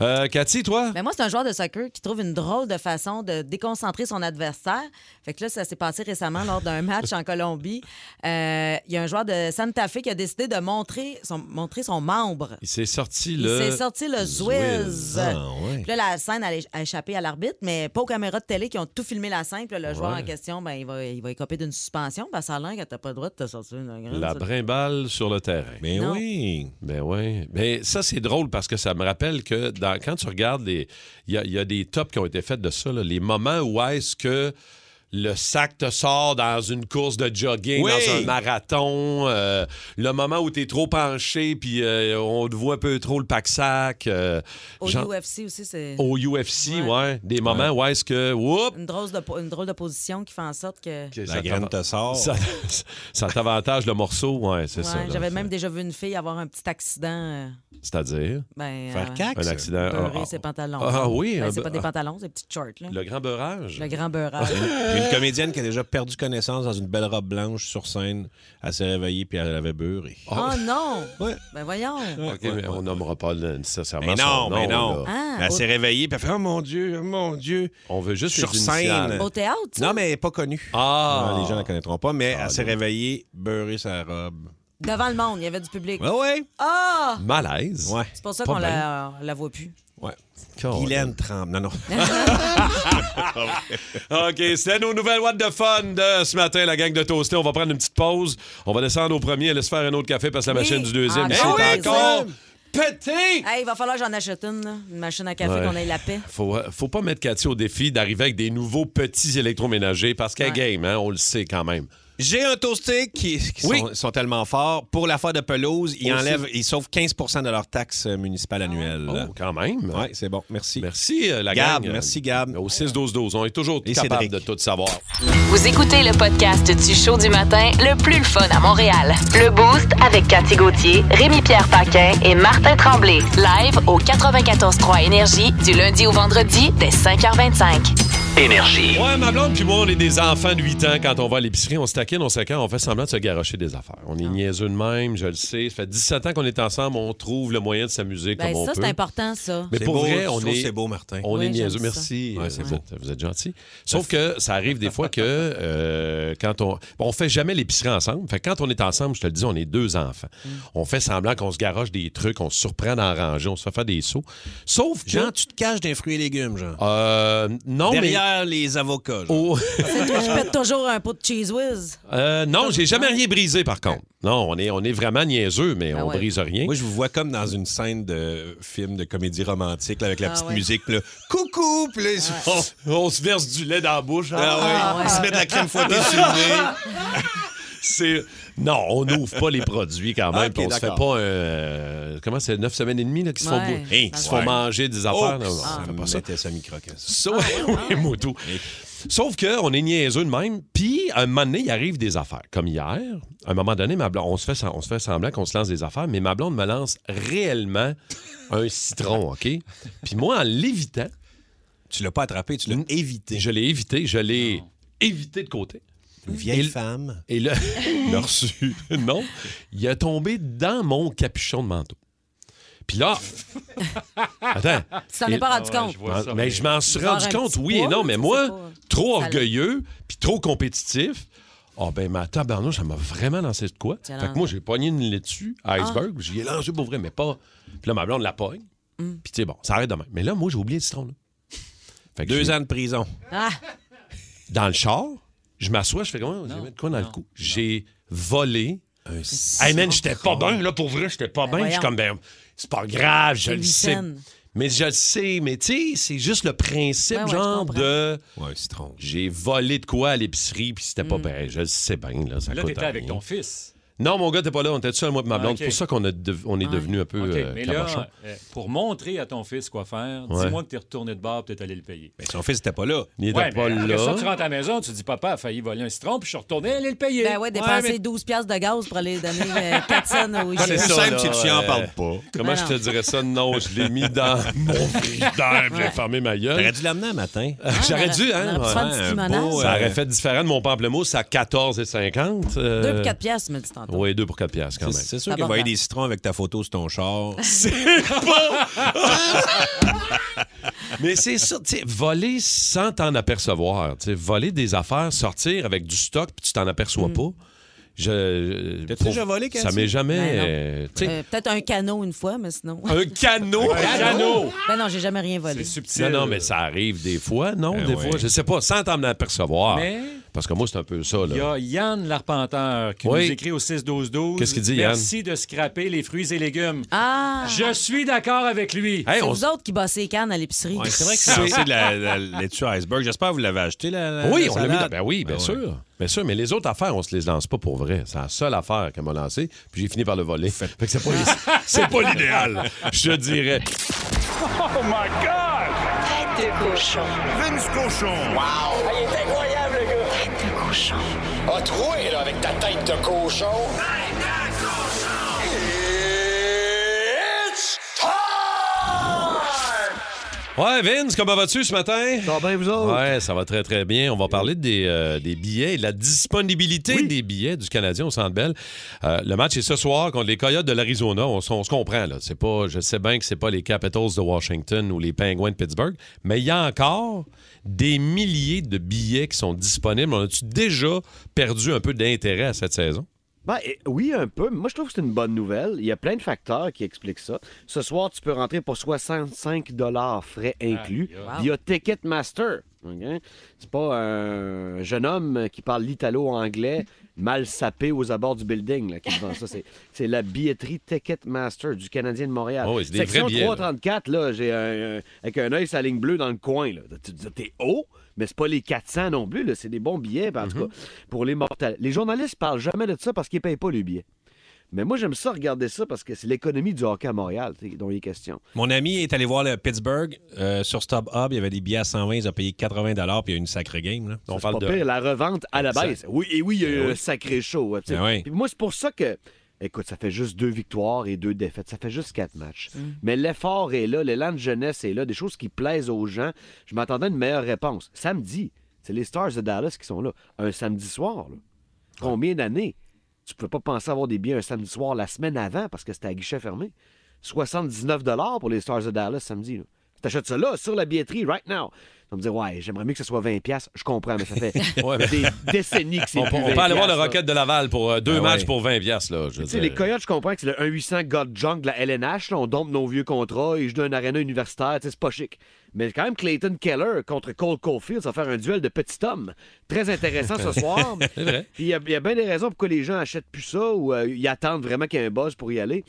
Speaker 3: Euh, Cathy, toi?
Speaker 6: Mais moi, c'est un joueur de soccer qui trouve une drôle de façon de déconcentrer son adversaire. Fait que là, ça s'est passé récemment lors d'un match en Colombie. Euh, Il y a un joueur de Santa Fe qui a décidé de montrer son, montrer son membre.
Speaker 3: Il s'est sorti
Speaker 6: Il
Speaker 3: le...
Speaker 6: s'est sorti le Zwiz.
Speaker 9: Ah, ouais.
Speaker 6: Puis Là, la scène elle a échappé à l'arbitre, mais pas aux caméras de télé qui ont tout filmé la scène. Puis là, le joueur en question, ben, il, va, il va écoper d'une suspension. Parce que ça a l'air que t'as pas le droit de te sortir une grande.
Speaker 3: La brimballe sur le terrain.
Speaker 9: Mais
Speaker 6: Non.
Speaker 9: oui.
Speaker 3: Ben oui. Mais ça, c'est drôle parce que ça me rappelle que dans- quand tu regardes les. Il y a, il y a des tops qui ont été faits de ça, là, les moments où est-ce que le sac te sort dans une course de jogging,
Speaker 9: Oui.
Speaker 3: dans un marathon, euh, le moment où tu es trop penché, puis euh, on te voit un peu trop le pack-sac. euh,
Speaker 6: Au
Speaker 3: genre-
Speaker 6: UFC aussi, c'est
Speaker 3: au UFC, ouais.
Speaker 6: Ouais.
Speaker 3: des moments où est-ce que. Whoop!
Speaker 6: une, drôle de, po- une drôle de position qui fait en sorte que.
Speaker 3: que
Speaker 9: La
Speaker 3: ça
Speaker 9: graine
Speaker 3: t'av-
Speaker 9: te sort.
Speaker 3: *laughs* Ça, ça t'avantage le morceau, ouais, c'est
Speaker 6: Ouais,
Speaker 3: ça. là.
Speaker 6: J'avais même déjà vu une fille avoir un petit accident. euh,
Speaker 3: C'est-à-dire
Speaker 6: ben,
Speaker 9: Faire
Speaker 6: euh,
Speaker 9: cac,
Speaker 3: un
Speaker 9: ça.
Speaker 3: accident.
Speaker 6: beurrer
Speaker 3: Ah, ah,
Speaker 6: ses pantalons.
Speaker 3: Ah oui,
Speaker 6: Ben,
Speaker 3: un
Speaker 6: c'est
Speaker 3: be-
Speaker 6: pas des
Speaker 3: ah.
Speaker 6: pantalons, c'est des petites shorts. Là. Le,
Speaker 3: Le grand beurrage.
Speaker 6: grand beurrage.
Speaker 9: Ah, Une
Speaker 6: Euh.
Speaker 9: comédienne qui a déjà perdu connaissance dans une belle robe blanche sur scène. Elle s'est réveillée puis elle avait beurré.
Speaker 6: oh non!
Speaker 9: Ah, Ouais. Ah,
Speaker 6: Ben voyons!
Speaker 3: Ah, OK, mais on nommera pas nécessairement
Speaker 9: Mais
Speaker 3: son
Speaker 9: non, mais
Speaker 3: nom,
Speaker 9: non.
Speaker 3: là.
Speaker 6: Ah,
Speaker 9: elle
Speaker 6: au-
Speaker 9: s'est réveillée puis elle fait Oh mon Dieu, oh mon Dieu.
Speaker 3: On veut juste
Speaker 9: Sur
Speaker 3: les initiales.
Speaker 9: scène.
Speaker 6: Au théâtre? ça?
Speaker 9: Non, mais elle n'est pas connue.
Speaker 3: Ah!
Speaker 9: Non, les gens ne la connaîtront pas, mais elle s'est
Speaker 3: non.
Speaker 9: réveillée, beurrée sa robe.
Speaker 6: Devant le monde, il y avait du public.
Speaker 9: Ouais, ouais.
Speaker 6: Ah!
Speaker 3: Malaise.
Speaker 9: Ouais.
Speaker 6: C'est pour ça
Speaker 3: Pas
Speaker 6: qu'on
Speaker 3: mal.
Speaker 6: la, euh, la voit plus.
Speaker 9: ouais.
Speaker 3: Colin.
Speaker 9: Guylaine Tremble. Non, non.
Speaker 3: *laughs* OK, c'était nos nouvelles What the Fun de ce matin, la gang de Toasté. On va prendre une petite pause. On va descendre au premier et laisse faire un autre café parce que la
Speaker 6: Oui.
Speaker 3: machine du deuxième,
Speaker 6: Ah,
Speaker 3: c'est
Speaker 6: ben oui,
Speaker 3: encore
Speaker 6: oui.
Speaker 3: Oh, pété!
Speaker 6: Hey, il va falloir que j'en achète une, là. une machine à café,
Speaker 3: Ouais.
Speaker 6: qu'on ait la paix.
Speaker 3: Faut, euh, faut pas mettre Cathy au défi d'arriver avec des nouveaux petits électroménagers parce qu'elle
Speaker 6: Ouais.
Speaker 3: game, hein, on le sait quand même.
Speaker 9: J'ai un toastique qui, qui
Speaker 3: Oui.
Speaker 9: sont, sont tellement forts. Pour l'affaire de pelouse, ils
Speaker 3: Aussi.
Speaker 9: enlèvent, ils sauvent 15 de leur taxe euh, municipale annuelle.
Speaker 3: Oh, quand même.
Speaker 9: Ouais, c'est bon. Merci.
Speaker 3: Merci, euh, la
Speaker 9: Gab,
Speaker 3: gang.
Speaker 9: merci Gab.
Speaker 3: Au 6-12-12, on est toujours
Speaker 9: Et
Speaker 3: capable
Speaker 9: Cédric.
Speaker 3: de tout savoir.
Speaker 1: Vous écoutez le podcast du show du matin le plus le fun à Montréal. Le Boost avec Cathy Gauthier, Rémi-Pierre Paquin et Martin Tremblay. Live au 94.3 Énergie du lundi au vendredi dès 5h25.
Speaker 2: Énergie.
Speaker 3: Ouais, ma blonde puis moi, on est des enfants de 8 ans. Quand on va à l'épicerie, on se taquine, on s'accorde, on fait semblant de se garocher des affaires. On
Speaker 9: Ah.
Speaker 3: est niaiseux de même, je le sais. Ça fait 17 ans qu'on est ensemble, on trouve le moyen de s'amuser
Speaker 6: Ben,
Speaker 3: comme on
Speaker 6: ça,
Speaker 3: peut.
Speaker 6: c'est important, ça.
Speaker 3: Mais
Speaker 9: C'est
Speaker 3: pour
Speaker 9: beau,
Speaker 3: vrai,
Speaker 9: je
Speaker 3: on
Speaker 9: trouve
Speaker 3: est,
Speaker 9: c'est beau, Martin.
Speaker 3: On
Speaker 6: Oui,
Speaker 3: est niaiseux.
Speaker 6: j'aime
Speaker 3: Merci.
Speaker 9: Ouais, c'est
Speaker 3: vous, êtes, vous êtes gentil. Sauf que ça arrive des fois que euh, quand on. bon, on fait jamais l'épicerie ensemble. Fait que quand on est ensemble, je te le dis, on est deux enfants.
Speaker 6: Mm.
Speaker 3: On fait semblant qu'on se garoche des trucs, on se surprend d'en ranger, on se fait faire des sauts. Sauf que.
Speaker 9: Genre, tu te caches d'un fruit et légumes, genre.
Speaker 3: Euh, non,
Speaker 9: Derrière les avocats.
Speaker 3: mais.
Speaker 9: Genre.
Speaker 3: Oh, *laughs*
Speaker 6: C'est toi qui pète toujours un pot de cheese whiz.
Speaker 3: euh, non, j'ai jamais rien brisé, par contre. Non, on est, on est vraiment niaiseux, mais
Speaker 6: Ah
Speaker 3: on
Speaker 6: ouais.
Speaker 3: brise rien.
Speaker 9: Moi, je vous vois comme dans une scène de film de comédie romantique là, avec la
Speaker 6: Ah
Speaker 9: petite
Speaker 6: ouais.
Speaker 9: musique. puis Là, Coucou! Puis là, ils se font-
Speaker 3: On se verse du lait dans la bouche. hein?
Speaker 9: Ah ouais,
Speaker 6: Ah
Speaker 9: Ils se mettent la crème fouettée sur le nez.
Speaker 3: Ah, C'est- Non, on n'ouvre pas les produits quand même.
Speaker 9: Ah, Ok,
Speaker 3: puis on se fait
Speaker 9: d'accord.
Speaker 3: pas euh, Comment c'est? Neuf semaines et demie là, qui se font,
Speaker 6: Ouais.
Speaker 3: bou- Hey, qui se font
Speaker 9: Ouais.
Speaker 3: manger des affaires. là. Non,
Speaker 9: Ah,
Speaker 3: on fait Ah, pas ça.
Speaker 9: mettait ça micro-caisse.
Speaker 3: Sauf, *laughs* oui, Moutou. Sauf qu'on est niaiseux de même. Puis, un moment donné, il arrive des affaires. Comme hier, à un moment donné, ma blonde, on, se fait, sem- on se fait semblant qu'on se lance des affaires, mais ma blonde me lance réellement un citron, OK? Puis moi, en l'évitant,
Speaker 9: Tu l'as pas attrapé, tu l'as
Speaker 3: Mm.
Speaker 9: évité.
Speaker 3: je l'ai évité, je l'ai évité de côté.
Speaker 9: Une vieille
Speaker 3: Et-
Speaker 9: femme. *laughs*
Speaker 3: Et là, il l'a reçu. Non, *laughs* il a tombé dans mon capuchon de manteau. Puis là,
Speaker 6: *laughs*
Speaker 3: attends,
Speaker 6: Tu t'en es pas
Speaker 9: Ah
Speaker 6: rendu compte.
Speaker 3: ben, mais je m'en suis rendu
Speaker 6: Genre un
Speaker 3: compte,
Speaker 6: petit
Speaker 3: oui et
Speaker 6: poids,
Speaker 3: non, mais
Speaker 6: tu
Speaker 3: moi,
Speaker 6: sais pas.
Speaker 3: trop
Speaker 6: Ça
Speaker 3: orgueilleux, puis trop compétitif. Ah ben ma tabarnouche, ça m'a vraiment lancé de quoi.
Speaker 6: Tu
Speaker 3: Fait
Speaker 6: as
Speaker 3: que
Speaker 6: lancé.
Speaker 3: moi, j'ai pogné une laitue à
Speaker 6: Ah.
Speaker 3: iceberg, j'y ai lancé pour vrai, mais pas... Puis là, ma blonde la pogne,
Speaker 6: Mm.
Speaker 3: puis tu sais, bon, ça arrête demain. Mais là, moi, j'ai oublié le citron, là. Fait que
Speaker 9: Deux
Speaker 3: j'ai-
Speaker 9: ans de prison.
Speaker 6: Ah,
Speaker 3: Dans le char, je m'assois, je fais comment, j'ai
Speaker 4: Non,
Speaker 3: mis de quoi dans le
Speaker 4: non,
Speaker 3: cou? J'ai volé
Speaker 9: Un
Speaker 3: Hey man, j'étais pas bien, là, pour vrai, j'étais pas
Speaker 6: Ben
Speaker 3: bien. Je suis
Speaker 6: voyons.
Speaker 3: comme, ben, c'est pas grave, je
Speaker 6: C'est
Speaker 3: le
Speaker 6: huit
Speaker 3: sais.
Speaker 6: scènes.
Speaker 3: Mais je le sais, mais tu sais, c'est juste le principe,
Speaker 6: Ouais, ouais, je
Speaker 3: genre,
Speaker 6: comprends.
Speaker 3: de.
Speaker 9: Ouais, citron.
Speaker 3: J'ai volé de quoi à l'épicerie, puis c'était pas bien. Je le sais bien, là. Ah, Ça
Speaker 4: Mm. Là,
Speaker 3: coûte
Speaker 4: t'étais avec
Speaker 3: rien.
Speaker 4: ton fils.
Speaker 3: Non, mon gars, t'es pas là, on était tout seul, moi, et ma
Speaker 4: Ah,
Speaker 3: blonde.
Speaker 4: ok. Ah,
Speaker 3: C'est pour ça qu'on a dev- on est devenu un peu
Speaker 4: OK,
Speaker 3: euh,
Speaker 4: mais
Speaker 3: cabochon.
Speaker 4: là, euh, pour montrer à ton fils quoi faire,
Speaker 3: Ouais.
Speaker 4: dis-moi que t'es retourné de bord et t'es allé le payer.
Speaker 9: Mais son fils n'était pas là.
Speaker 3: Il était
Speaker 4: Ouais,
Speaker 3: pas
Speaker 4: mais après
Speaker 3: là.
Speaker 4: ça, tu rentres à la maison, tu dis papa a failli voler un citron, puis je suis retourné aller le payer.
Speaker 6: ben ouais, dépenser
Speaker 4: mais
Speaker 6: 12 piastres de gaz pour aller donner 4 cents au
Speaker 3: Ah, C'est
Speaker 9: Plus
Speaker 3: ça,
Speaker 9: simple
Speaker 3: là,
Speaker 9: si tu en
Speaker 3: euh,
Speaker 9: parles pas.
Speaker 3: Comment
Speaker 6: Mais Ah,
Speaker 3: je
Speaker 6: non.
Speaker 3: te dirais ça? Non, je l'ai mis dans *laughs* mon frigidaire, puis j'ai fermé ma gueule.
Speaker 9: T'aurais dû l'amener un matin.
Speaker 3: J'aurais dû,
Speaker 6: Ah, On
Speaker 3: hein?
Speaker 6: aurait pu faire une petite
Speaker 9: ouais, un
Speaker 6: limonade.
Speaker 9: beau,
Speaker 3: Ça
Speaker 9: euh,
Speaker 3: aurait fait différent de mon pamplemousse à 14,50. euh,
Speaker 6: 2 pour 4 piastres, tu me dis tantôt.
Speaker 3: Oui, deux pour 4 piastres quand
Speaker 9: C'est
Speaker 3: même.
Speaker 9: c'est sûr qu'il
Speaker 6: Abordable.
Speaker 9: va y avoir des citrons avec ta photo sur ton char.
Speaker 3: *laughs* Mais c'est ça, tu sais, voler sans t'en apercevoir. Tu sais, voler des affaires, sortir avec du stock puis tu t'en aperçois
Speaker 6: Mm.
Speaker 3: pas. Je.
Speaker 9: T'as-tu déjà volé, Cathy?
Speaker 3: Ça m'est jamais.
Speaker 6: Ben non.
Speaker 3: euh, tu sais,
Speaker 6: Euh, Peut-être un canot une fois, mais sinon.
Speaker 3: un canot!
Speaker 4: Un canot!
Speaker 6: *laughs* Ben non, j'ai jamais rien volé.
Speaker 4: C'est subtil.
Speaker 3: Non, non, mais ça arrive des fois, non?
Speaker 9: Ben
Speaker 3: des
Speaker 9: ouais.
Speaker 3: fois, je sais pas, sans t'en apercevoir.
Speaker 4: Mais-
Speaker 3: Parce que moi, c'est un peu ça,
Speaker 4: Il y
Speaker 3: là.
Speaker 4: a Yann Larpenteur qui
Speaker 3: Oui.
Speaker 4: nous écrit au 6-12-12.
Speaker 3: Qu'est-ce qu'il dit, Yann?
Speaker 4: Merci de scraper les fruits et légumes.
Speaker 6: Ah!
Speaker 4: Je suis d'accord avec lui.
Speaker 3: Hey,
Speaker 6: C'est
Speaker 3: on-
Speaker 6: vous autres qui bossez les cannes à l'épicerie.
Speaker 9: Ouais, c'est vrai que c'est c'est de la, la laitue iceberg. J'espère que vous l'avez acheté, la, la
Speaker 3: Oui,
Speaker 9: euh, la
Speaker 3: on l'a mis.
Speaker 9: salade.
Speaker 3: dans- Ben oui, bien
Speaker 9: Ah ouais.
Speaker 3: sûr. Bien sûr, mais les autres affaires, on se les lance pas pour vrai. C'est la seule affaire qu'elle m'a lancée, puis j'ai fini par le voler. Fait que c'est pas, c'est pas l'idéal, je dirais.
Speaker 6: Oh
Speaker 1: Tête de cochon.
Speaker 6: Ah,
Speaker 10: Il est incroyable, le gars! Tête de cochon. Ah, troué, là, avec ta tête de cochon. Tête de cochon! It's time!
Speaker 3: Ouais, Vince, comment vas-tu ce matin?
Speaker 5: Ça va bien, vous autres?
Speaker 3: Ouais, ça va très, très bien. On va parler des, euh, des billets, et de la disponibilité des billets du Canadien au Centre Bell. Euh, le match est ce soir contre les Coyotes de l'Arizona. On, s- on se comprend, là. C'est pas, je sais bien que c'est pas les Capitals de Washington ou les Penguins de Pittsburgh, mais il y a encore des milliers de billets qui sont disponibles. On a-tu déjà perdu un peu d'intérêt à cette saison?
Speaker 11: Ben, eh, oui, un peu. mais Moi, je trouve que c'est une bonne nouvelle. Il y a plein de facteurs qui expliquent ça. Ce soir, tu peux rentrer pour 65 frais inclus
Speaker 6: Wow.
Speaker 11: via Ticketmaster. OK? C'est pas un jeune homme qui parle l'italo-anglais mal sapé aux abords du building là, qui vend ça. C'est, c'est la billetterie Ticketmaster du Canadien de Montréal.
Speaker 3: Oh oui, c'est des
Speaker 11: Section
Speaker 3: vrais billets, là.
Speaker 11: 334, là, j'ai un- un- avec un œil sa ligne bleue dans le coin. Là. Tu te dis, t'es haut, mais c'est pas les 400 non plus. là. C'est des bons billets, en
Speaker 3: Mhm.
Speaker 11: tout cas, pour les mortels. Les journalistes parlent jamais de ça parce qu'ils payent pas les billets. Mais moi, j'aime ça regarder ça parce que c'est l'économie du hockey à Montréal tu sais, dont il est question.
Speaker 12: Mon ami est allé voir le Pittsburgh euh, sur StubHub. Il y avait des billets à 120. Ils ont payé 80 puis il y a eu une sacrée game. Là.
Speaker 11: Ça, c'est pas pire, la revente à la
Speaker 12: Ça-
Speaker 11: baisse. Oui, et oui, il y a eu
Speaker 12: Ben oui.
Speaker 11: un sacré show. ouais, tu sais.
Speaker 12: Ben oui.
Speaker 11: Puis moi, c'est pour ça que. Écoute, ça fait juste deux victoires et deux défaites. Ça fait juste quatre matchs.
Speaker 12: Mm.
Speaker 11: Mais l'effort est là, l'élan de jeunesse est là, des choses qui plaisent aux gens. Je m'attendais à une meilleure réponse. Samedi, c'est les Stars de Dallas qui sont là. Un samedi soir, là. Combien d'années? Tu pouvais pas penser avoir des billets un samedi soir la semaine avant parce que c'était à guichet fermé. 79 pour les Stars de Dallas samedi. là. Tu t'achètes ça là, sur la billetterie, right now. Tu vas me dire, ouais, j'aimerais mieux que ce soit 20 Je comprends, mais ça fait
Speaker 3: *laughs* Ouais, mais-
Speaker 11: Ben, des décennies que c'est
Speaker 3: On,
Speaker 11: plus
Speaker 3: on
Speaker 11: 20
Speaker 3: peut aller voir le
Speaker 11: là.
Speaker 3: Rocket de Laval pour euh, deux
Speaker 11: Ben
Speaker 3: matchs
Speaker 11: ouais.
Speaker 3: pour 20 piastres, là. je veux
Speaker 11: Tu sais,
Speaker 3: dire.
Speaker 11: les Coyotes, je comprends que c'est le 1-800 God Junk de la LNH. là, on dompe nos vieux contrats et je donne un aréna universitaire. tu sais, C'est pas chic. Mais quand même, Clayton Keller contre Cole Caulfield, ça va faire un duel de petit homme. Très intéressant
Speaker 3: *laughs*
Speaker 11: ce soir.
Speaker 3: C'est vrai.
Speaker 11: Puis Il y a, il y a bien des raisons pourquoi les gens achètent plus ça ou euh, ils attendent vraiment qu'il y ait un buzz pour y aller.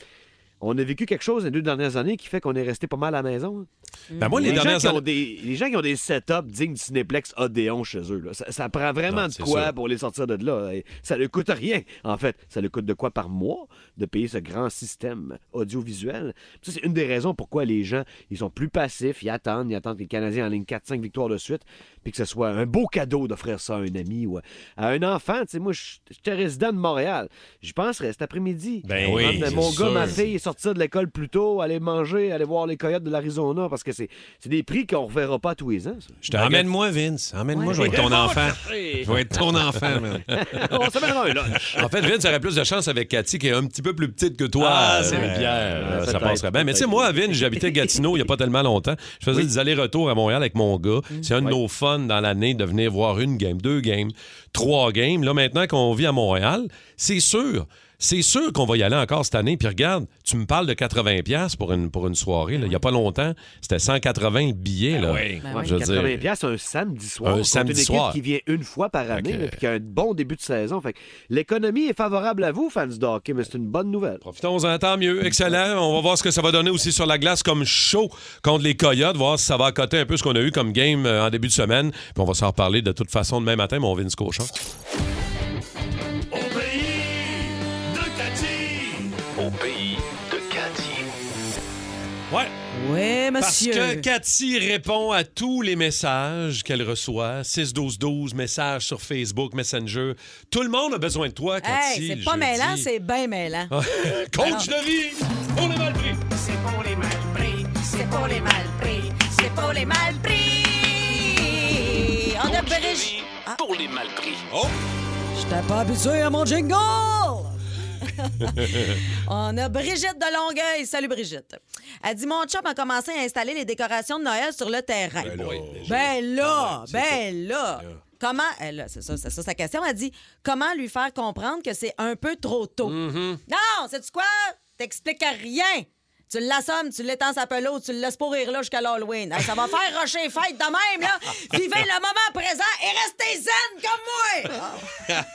Speaker 11: On a vécu quelque chose les deux dernières années qui fait qu'on est resté pas mal à la maison. hein.
Speaker 3: Ben, moi, les
Speaker 11: gens
Speaker 3: dernières
Speaker 11: qui ont
Speaker 3: années-
Speaker 11: des- les gens qui ont des setups dignes du Cinéplex Odéon chez eux, là, ça, ça prend vraiment
Speaker 3: Non,
Speaker 11: de
Speaker 3: c'est
Speaker 11: quoi
Speaker 3: sûr.
Speaker 11: pour les sortir de là. Et Ça ne coûte rien, en fait. Ça le coûte de quoi par mois de payer ce grand système audiovisuel. Ça, c'est une des raisons pourquoi les gens, ils sont plus passifs, ils attendent, ils attendent que les Canadiens en ligne 4-5 victoires de suite, puis que ce soit un beau cadeau d'offrir ça à un ami ou à- à un enfant. Tu sais, moi, je- j'étais résident de Montréal. Je penserais cet après-midi.
Speaker 12: Ben
Speaker 11: Je
Speaker 12: oui,
Speaker 11: demande à
Speaker 12: c'est
Speaker 11: mon gars,
Speaker 12: sûr.
Speaker 11: ma fille est sortie de l'école plus tôt, aller manger, aller voir les coyotes de l'Arizona, parce que c'est c'est des prix qu'on ne reverra pas tous les ans. ça.
Speaker 12: Je te Emmène-moi, Vince. Emmène-moi, je vais être ton enfant. Je vais être ton enfant, *laughs* man.
Speaker 11: On se mènera un lunch.
Speaker 3: En fait, Vince aurait plus de chance avec Cathy, qui est un petit peu plus petite que toi,
Speaker 12: Ah,
Speaker 3: euh,
Speaker 12: c'est vrai.
Speaker 3: Pierre.
Speaker 12: Ouais,
Speaker 3: Euh, ça
Speaker 12: peut-être,
Speaker 3: passerait bien. Mais tu sais,
Speaker 12: peut-être.
Speaker 3: moi, Vince, j'habitais Gatineau il n'y a pas tellement longtemps. Je faisais des allers-retours à Montréal avec mon gars.
Speaker 12: Mm.
Speaker 3: C'est un de nos fun dans l'année de venir voir une game, deux games, trois games. Là, maintenant qu'on vit à Montréal, c'est sûr. C'est sûr qu'on va y aller encore cette année. Puis regarde, tu me parles de 80$ piastres pour une, pour une soirée.
Speaker 12: Ben
Speaker 3: là. Il n'y a pas longtemps, c'était 180 le billet. Là.
Speaker 8: Ben
Speaker 11: Ouais,
Speaker 3: Je veux dire-
Speaker 11: 80 Ben piastres un samedi soir.
Speaker 3: Un
Speaker 11: contre
Speaker 3: samedi
Speaker 11: une équipe
Speaker 3: soir.
Speaker 11: qui vient une fois par année,
Speaker 3: que-
Speaker 11: là, puis qui a un bon début de saison. Fait que l'économie est favorable à vous, fans de hockey, mais c'est une bonne nouvelle.
Speaker 3: Profitons-en, tant mieux. Excellent. On va voir ce que ça va donner aussi sur la glace comme show contre les Coyotes, voir si ça va accoter un peu ce qu'on a eu comme game euh, en début de semaine. Puis on va s'en reparler de toute façon demain matin, mon Vince Cochon.
Speaker 2: Au pays de Cathy. Au pays de Cathy.
Speaker 3: Ouais.
Speaker 6: Oui, monsieur.
Speaker 3: Parce que Cathy répond à tous les messages qu'elle reçoit. 6-12-12, messages sur Facebook, Messenger. Tout le monde a besoin de toi, Cathy.
Speaker 6: Hey,
Speaker 3: le
Speaker 6: c'est pas
Speaker 3: jeudi.
Speaker 6: mêlant, c'est bien mêlant. *laughs*
Speaker 3: Coach de vie, on est mal pris.
Speaker 6: C'est pour les mal pris, c'est pour les mal pris, c'est pour les mal pris. On a Brigitte.
Speaker 2: Pour les mal pris.
Speaker 3: Oh.
Speaker 6: J'étais pas habitué à mon jingle. *laughs* On a Brigitte de Longueuil. Salut Brigitte. Elle dit Mon chum a commencé à installer les décorations de Noël sur le terrain. Ben là, ben là, Ah. Comment, elle, là, c'est ça, c'est ça sa question. Elle dit Comment lui faire comprendre que c'est un peu trop tôt Non, sais-tu quoi T'expliques à rien. Tu l'assommes, tu l'étends sa pelouse, tu le laisses pourrir là jusqu'à l'Halloween. Hey, ça va faire rocher fête de même, là. Vivez le moment présent et restez zen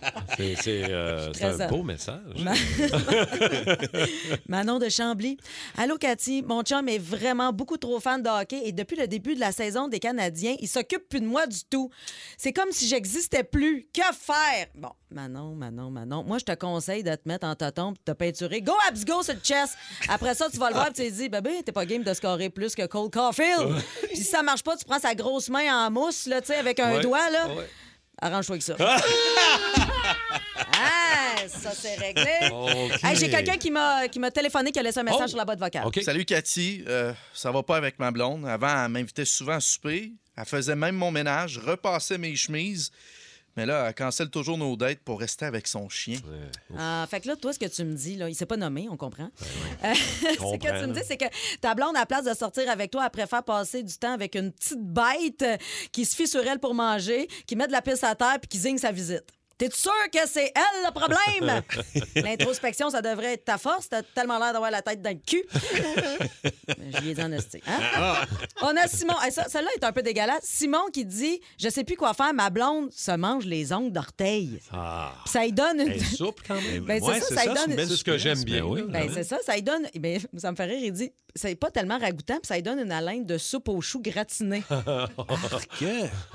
Speaker 6: comme moi.
Speaker 3: *laughs* C'est- C'est euh, c'est
Speaker 6: Très
Speaker 3: un beau
Speaker 6: zen.
Speaker 3: message.
Speaker 6: Ma- *laughs*
Speaker 3: *laughs*
Speaker 6: Manon de Chambly. Allô, Cathy. Mon chum est vraiment beaucoup trop fan de hockey et depuis le début de la saison des Canadiens, il s'occupe plus de moi du tout. C'est comme si j'existais plus. Que faire? Bon, Manon, Manon, Manon. Moi, je te conseille de te mettre en tâton et de te peinturer. Go, abs, go sur le chest. Après ça, tu vas le voir et tu te dis, bébé, t'es pas game de scorer plus que Cole Caulfield. Puis si ça marche pas, tu prends sa grosse main en mousse, là, tu sais, avec un
Speaker 13: Ouais,
Speaker 6: doigt, là.
Speaker 13: ouais.
Speaker 6: Arrange-toi avec ça. ah, *laughs* ça, c'est réglé.
Speaker 13: OK. Oh.
Speaker 6: Hey, J'ai quelqu'un qui m'a qui m'a téléphoné qui a laissé un message sur la boîte vocale.
Speaker 13: Salut Cathy, Euh, ça va pas avec ma blonde. Avant, elle m'invitait souvent à souper. Elle faisait même mon ménage, repassait mes chemises. Mais là, elle cancelle toujours nos dates pour rester avec son chien.
Speaker 6: Ah, fait que là, toi, ce que tu me dis, là, il s'est pas nommé, on comprend.
Speaker 3: Ben
Speaker 6: *laughs* Euh, ce
Speaker 13: comprends,
Speaker 6: que tu me
Speaker 13: là.
Speaker 6: dis, c'est que ta blonde, à la place de sortir avec toi, elle préfère passer du temps avec une petite bête euh, qui se fie sur elle pour manger, qui met de la pisse à terre puis qui zigne sa visite. T'es sûr que c'est elle le
Speaker 3: *laughs*
Speaker 6: problème? L'introspection, ça devrait être ta force. T'as tellement l'air d'avoir la tête dans le cul. J'y ai dit en esti, hein? On a Simon. Eh, ça- Celle-là est un peu dégueulasse. Simon qui dit Je sais plus quoi faire, ma blonde se mange les ongles d'orteil.
Speaker 3: Ah.
Speaker 6: Puis ça lui donne une.
Speaker 3: Elle est souple quand même.
Speaker 6: Ben, c'est
Speaker 3: Ouais,
Speaker 6: ça,
Speaker 3: c'est
Speaker 6: ça,
Speaker 3: ça,
Speaker 6: lui
Speaker 3: c'est
Speaker 6: donne-
Speaker 3: une belle C'est ce que j'aime bien, surprise, oui.
Speaker 6: Ben,
Speaker 3: oui.
Speaker 6: c'est ça, ça lui donne. ben, ça me fait rire, il dit c'est pas tellement ragoûtant, puis ça lui donne une haleine de soupe aux choux gratinée.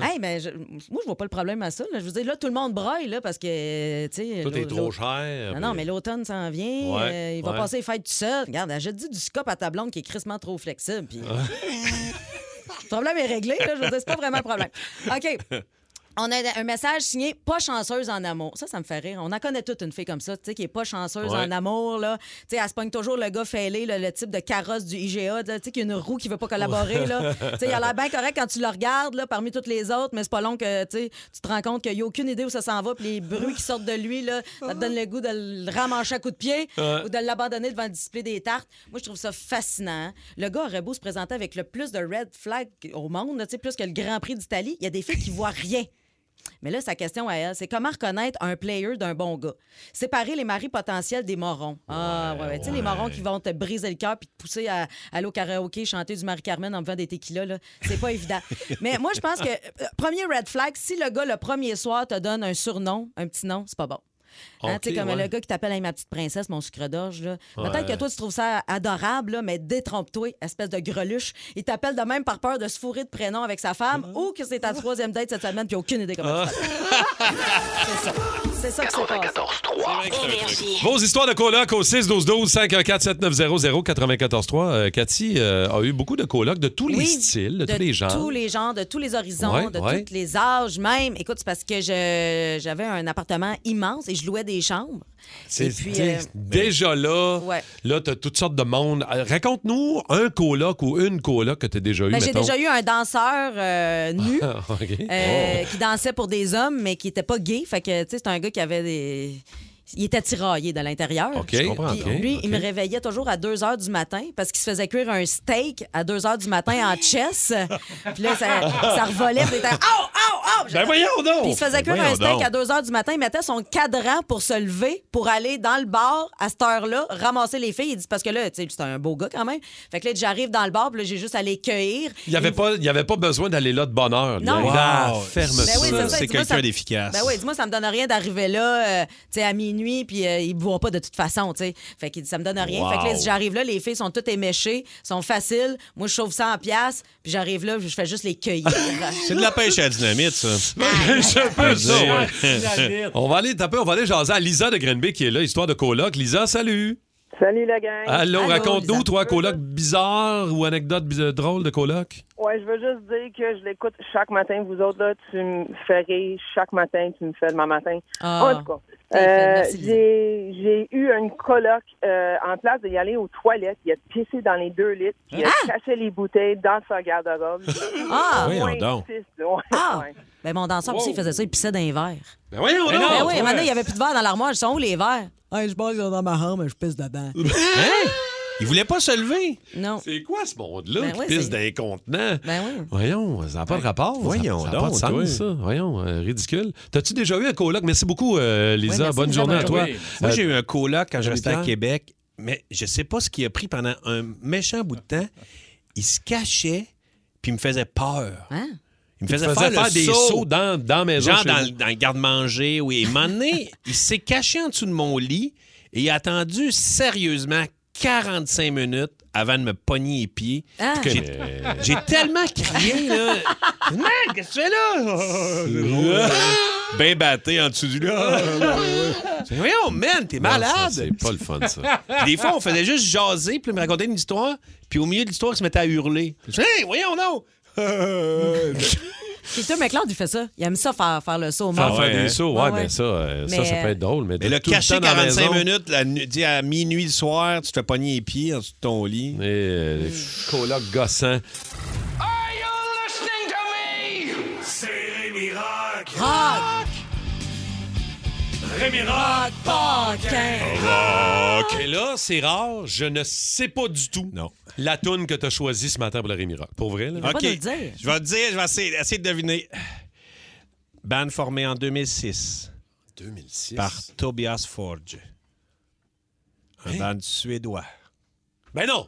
Speaker 6: hey, mais je- moi, je vois pas le problème à ça. là. Je veux dire, là, tout le monde braille, là, parce que. tu sais,
Speaker 3: Tout est
Speaker 6: l'au-
Speaker 3: trop
Speaker 6: l'au-
Speaker 3: cher.
Speaker 6: Non, non, mais
Speaker 3: puis-
Speaker 6: l'automne s'en vient.
Speaker 3: Ouais,
Speaker 6: euh, il va
Speaker 3: ouais.
Speaker 6: passer les fêtes tout seul. Regarde, j'ai dit du scop à ta blonde qui est crissement trop flexible. Puis... le problème est réglé, là. Je veux dire, c'est pas vraiment un problème. OK. On a un message signé pas chanceuse en amour. Ça, ça me fait rire. On en connaît toute une fille comme ça, tu sais, qui est pas chanceuse
Speaker 14: Ouais.
Speaker 6: en amour, là. Tu sais, elle se pogne toujours le gars fêlé, là, le type de carrosse du IGA, là, tu sais, qui a une roue qui veut pas collaborer, là. Tu sais, il a l'air bien correct quand tu le regardes, là, parmi toutes les autres, mais c'est pas long que, tu sais, tu te rends compte qu'il y a aucune idée où ça s'en va, puis les bruits qui sortent de lui, là, ça te donne le goût de le ramancher à coups de pied
Speaker 14: Ouais.
Speaker 6: ou de l'abandonner devant le display des tartes. Moi, je trouve ça fascinant. hein. Le gars aurait beau se présenter avec le plus de red flags au monde, là, tu sais, plus que le Grand Prix d'Italie, il y a des filles qui voient rien. Mais là, sa question à elle, c'est comment reconnaître un player d'un bon gars? Séparer les maris potentiels des morons. ah, ouais, ouais. Tu sais, les morons qui vont te briser le cœur puis te pousser à aller au karaoké chanter du Marie-Carmen en me faisant des tequilas, là. C'est pas
Speaker 14: *laughs*
Speaker 6: évident. Mais moi, je pense que, euh, premier red flag, si le gars, le premier soir, te donne un surnom, un petit nom, c'est pas bon. Hein,
Speaker 14: Ok,
Speaker 6: tu sais, comme
Speaker 14: ouais.
Speaker 6: le gars qui t'appelle Hey, ma petite princesse, mon sucre d'orge. là. Peut-être
Speaker 14: Ouais.
Speaker 6: que toi, tu trouves ça adorable, là, mais détrompe-toi, espèce de greluche. Il t'appelle de même par peur de se fourrer de prénom avec sa femme
Speaker 14: Mm-hmm.
Speaker 6: ou que c'est ta troisième date cette semaine puis aucune idée comment tu fais.
Speaker 14: Ah.
Speaker 6: *laughs* C'est ça. C'est ça qui se passe.
Speaker 3: Ah. Vos histoires de coloc au 612-12-514-7900-943. Euh, Cathy euh, a eu beaucoup de colocs de tous les
Speaker 6: Oui,
Speaker 3: styles, de, tous les genres.
Speaker 6: tous les genres, de tous les horizons,
Speaker 3: Ouais,
Speaker 6: de
Speaker 3: ouais.
Speaker 6: tous les âges même. Écoute, c'est parce que je- j'avais un appartement immense et je louais des chambres. Et
Speaker 3: C'est
Speaker 6: puis,
Speaker 3: t'sais,
Speaker 6: euh,
Speaker 3: déjà là,
Speaker 6: Ouais.
Speaker 3: là, t'as toutes sortes de monde. Euh, Raconte-nous un coloc ou une coloc que t'as déjà eu,
Speaker 6: ben, j'ai
Speaker 3: mettons. Ah,
Speaker 6: déjà eu un danseur
Speaker 3: *laughs*
Speaker 6: euh, nu.
Speaker 3: OK.
Speaker 6: euh,
Speaker 3: Oh.
Speaker 6: qui dansait pour des hommes, mais qui n'était pas gay. Fait que, tu sais, c'est un gars qui avait des. Il était tiraillé de l'intérieur.
Speaker 14: OK,
Speaker 6: Puis
Speaker 14: je comprends, OK,
Speaker 6: lui,
Speaker 14: OK.
Speaker 6: il me réveillait toujours à 2 h du matin parce qu'il se faisait cuire un steak à 2 h du matin
Speaker 3: *laughs*
Speaker 6: en chess. Puis là, ça, ça revolait. Puis il était, Oh, oh, oh!
Speaker 14: Ben voyons donc!
Speaker 6: Puis il se
Speaker 14: Ben
Speaker 6: faisait cuire un
Speaker 14: voyons
Speaker 6: steak
Speaker 14: donc.
Speaker 6: à 2 h du matin. Il mettait son cadran pour se lever, pour aller dans le bar à cette heure-là, ramasser les filles. Il dit, parce que là, tu sais, c'est un beau gars quand même. Fait que là, j'arrive dans le bar, puis là, j'ai juste à les cueillir.
Speaker 3: Il n'y avait, pas- il y avait pas besoin d'aller là de bonne heure.
Speaker 6: Non.
Speaker 3: là.
Speaker 6: Wow.
Speaker 3: ferme
Speaker 6: Ben oui, c'est
Speaker 3: ça.
Speaker 6: ça, dis-moi, ça- Ben oui, dis-moi, ça me donne rien d'arriver là, euh, tu sais, à minuit, puis euh, ils ne boivent pas de toute façon, tu sais. Fait qu'il dit, ça me donne rien.
Speaker 14: Wow.
Speaker 6: Fait que là, si j'arrive là, les filles sont toutes éméchées, sont faciles. Moi, je chauffe 100 piastres, puis j'arrive là, je fais juste les cueillir.
Speaker 12: C'est de la pêche à la dynamite,
Speaker 3: *laughs*
Speaker 12: ça.
Speaker 3: Ben,
Speaker 6: Ben,
Speaker 3: C'est un peu ça, ouais.
Speaker 6: *laughs*
Speaker 12: Dynamite.
Speaker 3: On va aller taper, on va aller jaser à Lisa de Grenby qui est là, histoire de coloc. Lisa, salut.
Speaker 15: Salut la gang.
Speaker 3: Allô, raconte-nous, toi, coloc bizarre ou anecdote bizarre- drôle de coloc?
Speaker 15: Ouais, je veux juste dire que je l'écoute chaque matin. Vous autres, là, tu me fais rire chaque matin, tu me fais demain matin.
Speaker 14: Ah.
Speaker 15: en tout cas, euh,
Speaker 14: T'as fait, merci, Lisa.
Speaker 15: j'ai j'ai eu une coloc euh, en place d'y aller aux toilettes. Il a pissé dans les deux litres. puis Il
Speaker 14: Ah!
Speaker 15: a caché les bouteilles dans sa garde-robe.
Speaker 6: Ah!
Speaker 15: Au moins
Speaker 6: Voyons donc.
Speaker 15: six, ouais,
Speaker 6: Ah!
Speaker 15: ouais.
Speaker 6: Ben mon danseur aussi, il faisait ça, il pissait dans les verres.
Speaker 3: Ben voyons
Speaker 6: Ben
Speaker 3: donc!
Speaker 6: oui,
Speaker 3: Ouais.
Speaker 6: maintenant, il n'y avait plus de verres dans l'armoire. Ils sont où, les verres? je pense qu'ils sont dans ma chambre, je pisse
Speaker 3: *laughs*
Speaker 6: dedans.
Speaker 3: Hein? Il voulait pas se lever?
Speaker 6: Non.
Speaker 3: C'est quoi ce monde-là
Speaker 6: Ben
Speaker 3: qui
Speaker 6: oui,
Speaker 3: pisse
Speaker 6: c'est-
Speaker 3: d'un contenant?
Speaker 6: Ben oui.
Speaker 3: Voyons, ça n'a pas de rapport. ça-
Speaker 12: Voyons
Speaker 3: ça n'a
Speaker 12: donc,
Speaker 3: pas de sens,
Speaker 12: toi.
Speaker 3: ça. Voyons, euh, ridicule. T'as-tu déjà eu un coloc? Merci beaucoup, euh,
Speaker 12: Oui,
Speaker 3: Lisa.
Speaker 12: merci,
Speaker 3: Bonne
Speaker 12: Lisa,
Speaker 3: journée à
Speaker 12: bonne
Speaker 3: toi. Euh,
Speaker 12: journée. Moi, j'ai eu un coloc quand je restais à
Speaker 3: Habitant.
Speaker 12: Québec, mais je sais pas ce qu'il a pris pendant un méchant bout de temps. Il se cachait, puis il me faisait peur. Il me faisait,
Speaker 3: Il te faisait
Speaker 12: faire,
Speaker 3: faire
Speaker 12: le
Speaker 3: des
Speaker 12: saut.
Speaker 3: sauts dans- dans la maison
Speaker 12: Genre
Speaker 3: chez
Speaker 12: dans,
Speaker 3: vous.
Speaker 12: le- dans le garde-manger, oui. Et un moment donné, il s'est caché en dessous de mon lit et il a attendu sérieusement 45 minutes avant de me pogner les pieds.
Speaker 14: Ah.
Speaker 12: J'ai euh,
Speaker 14: Mais-
Speaker 3: euh,
Speaker 12: j'ai tellement crié,
Speaker 6: *laughs*
Speaker 12: là. Man, qu'est-ce que tu fais
Speaker 2: Ah,
Speaker 12: là? *laughs* ben batté en dessous du lit. C'est voyons, man, t'es
Speaker 3: Non,
Speaker 12: malade.
Speaker 3: ça, c'est pas le fun, ça.
Speaker 12: Puis des fois, on faisait juste jaser, puis il me racontait une histoire, puis au milieu de l'histoire, il se mettait à hurler. Je dis, Hey, voyons
Speaker 6: *laughs*
Speaker 12: non!
Speaker 6: Peter McLeod, il fait ça. Il aime ça faire, faire le saut au
Speaker 3: Faire
Speaker 6: monde.
Speaker 3: faire des sauts, ouais,
Speaker 6: Ouais,
Speaker 3: mais
Speaker 6: ouais.
Speaker 3: ça, euh, ça,
Speaker 6: Mais,
Speaker 3: ça peut être drôle. Mais,
Speaker 12: Mais
Speaker 3: de
Speaker 12: le
Speaker 3: tout le
Speaker 12: caché
Speaker 3: temps dans la
Speaker 12: 45
Speaker 3: maison-
Speaker 12: minutes, la nu- dis, à minuit le soir, tu te fais pogner les pieds en dessous de ton lit. Mm.
Speaker 3: Et, euh, coloc gossant.
Speaker 2: C'est Rémi Rock.
Speaker 6: Rock.
Speaker 2: Rémi Rock.
Speaker 3: Et là, c'est rare, je ne sais pas du tout
Speaker 12: non.
Speaker 3: la toune que tu as choisie ce matin pour le Rémi Rock. Pour vrai, là?
Speaker 12: OK. Je vais te dire, je vais essayer, essayer de deviner. Band formé en 2006.
Speaker 3: 2006.
Speaker 9: Par Tobias Forge. Un band suédois.
Speaker 3: Hein? Ben non!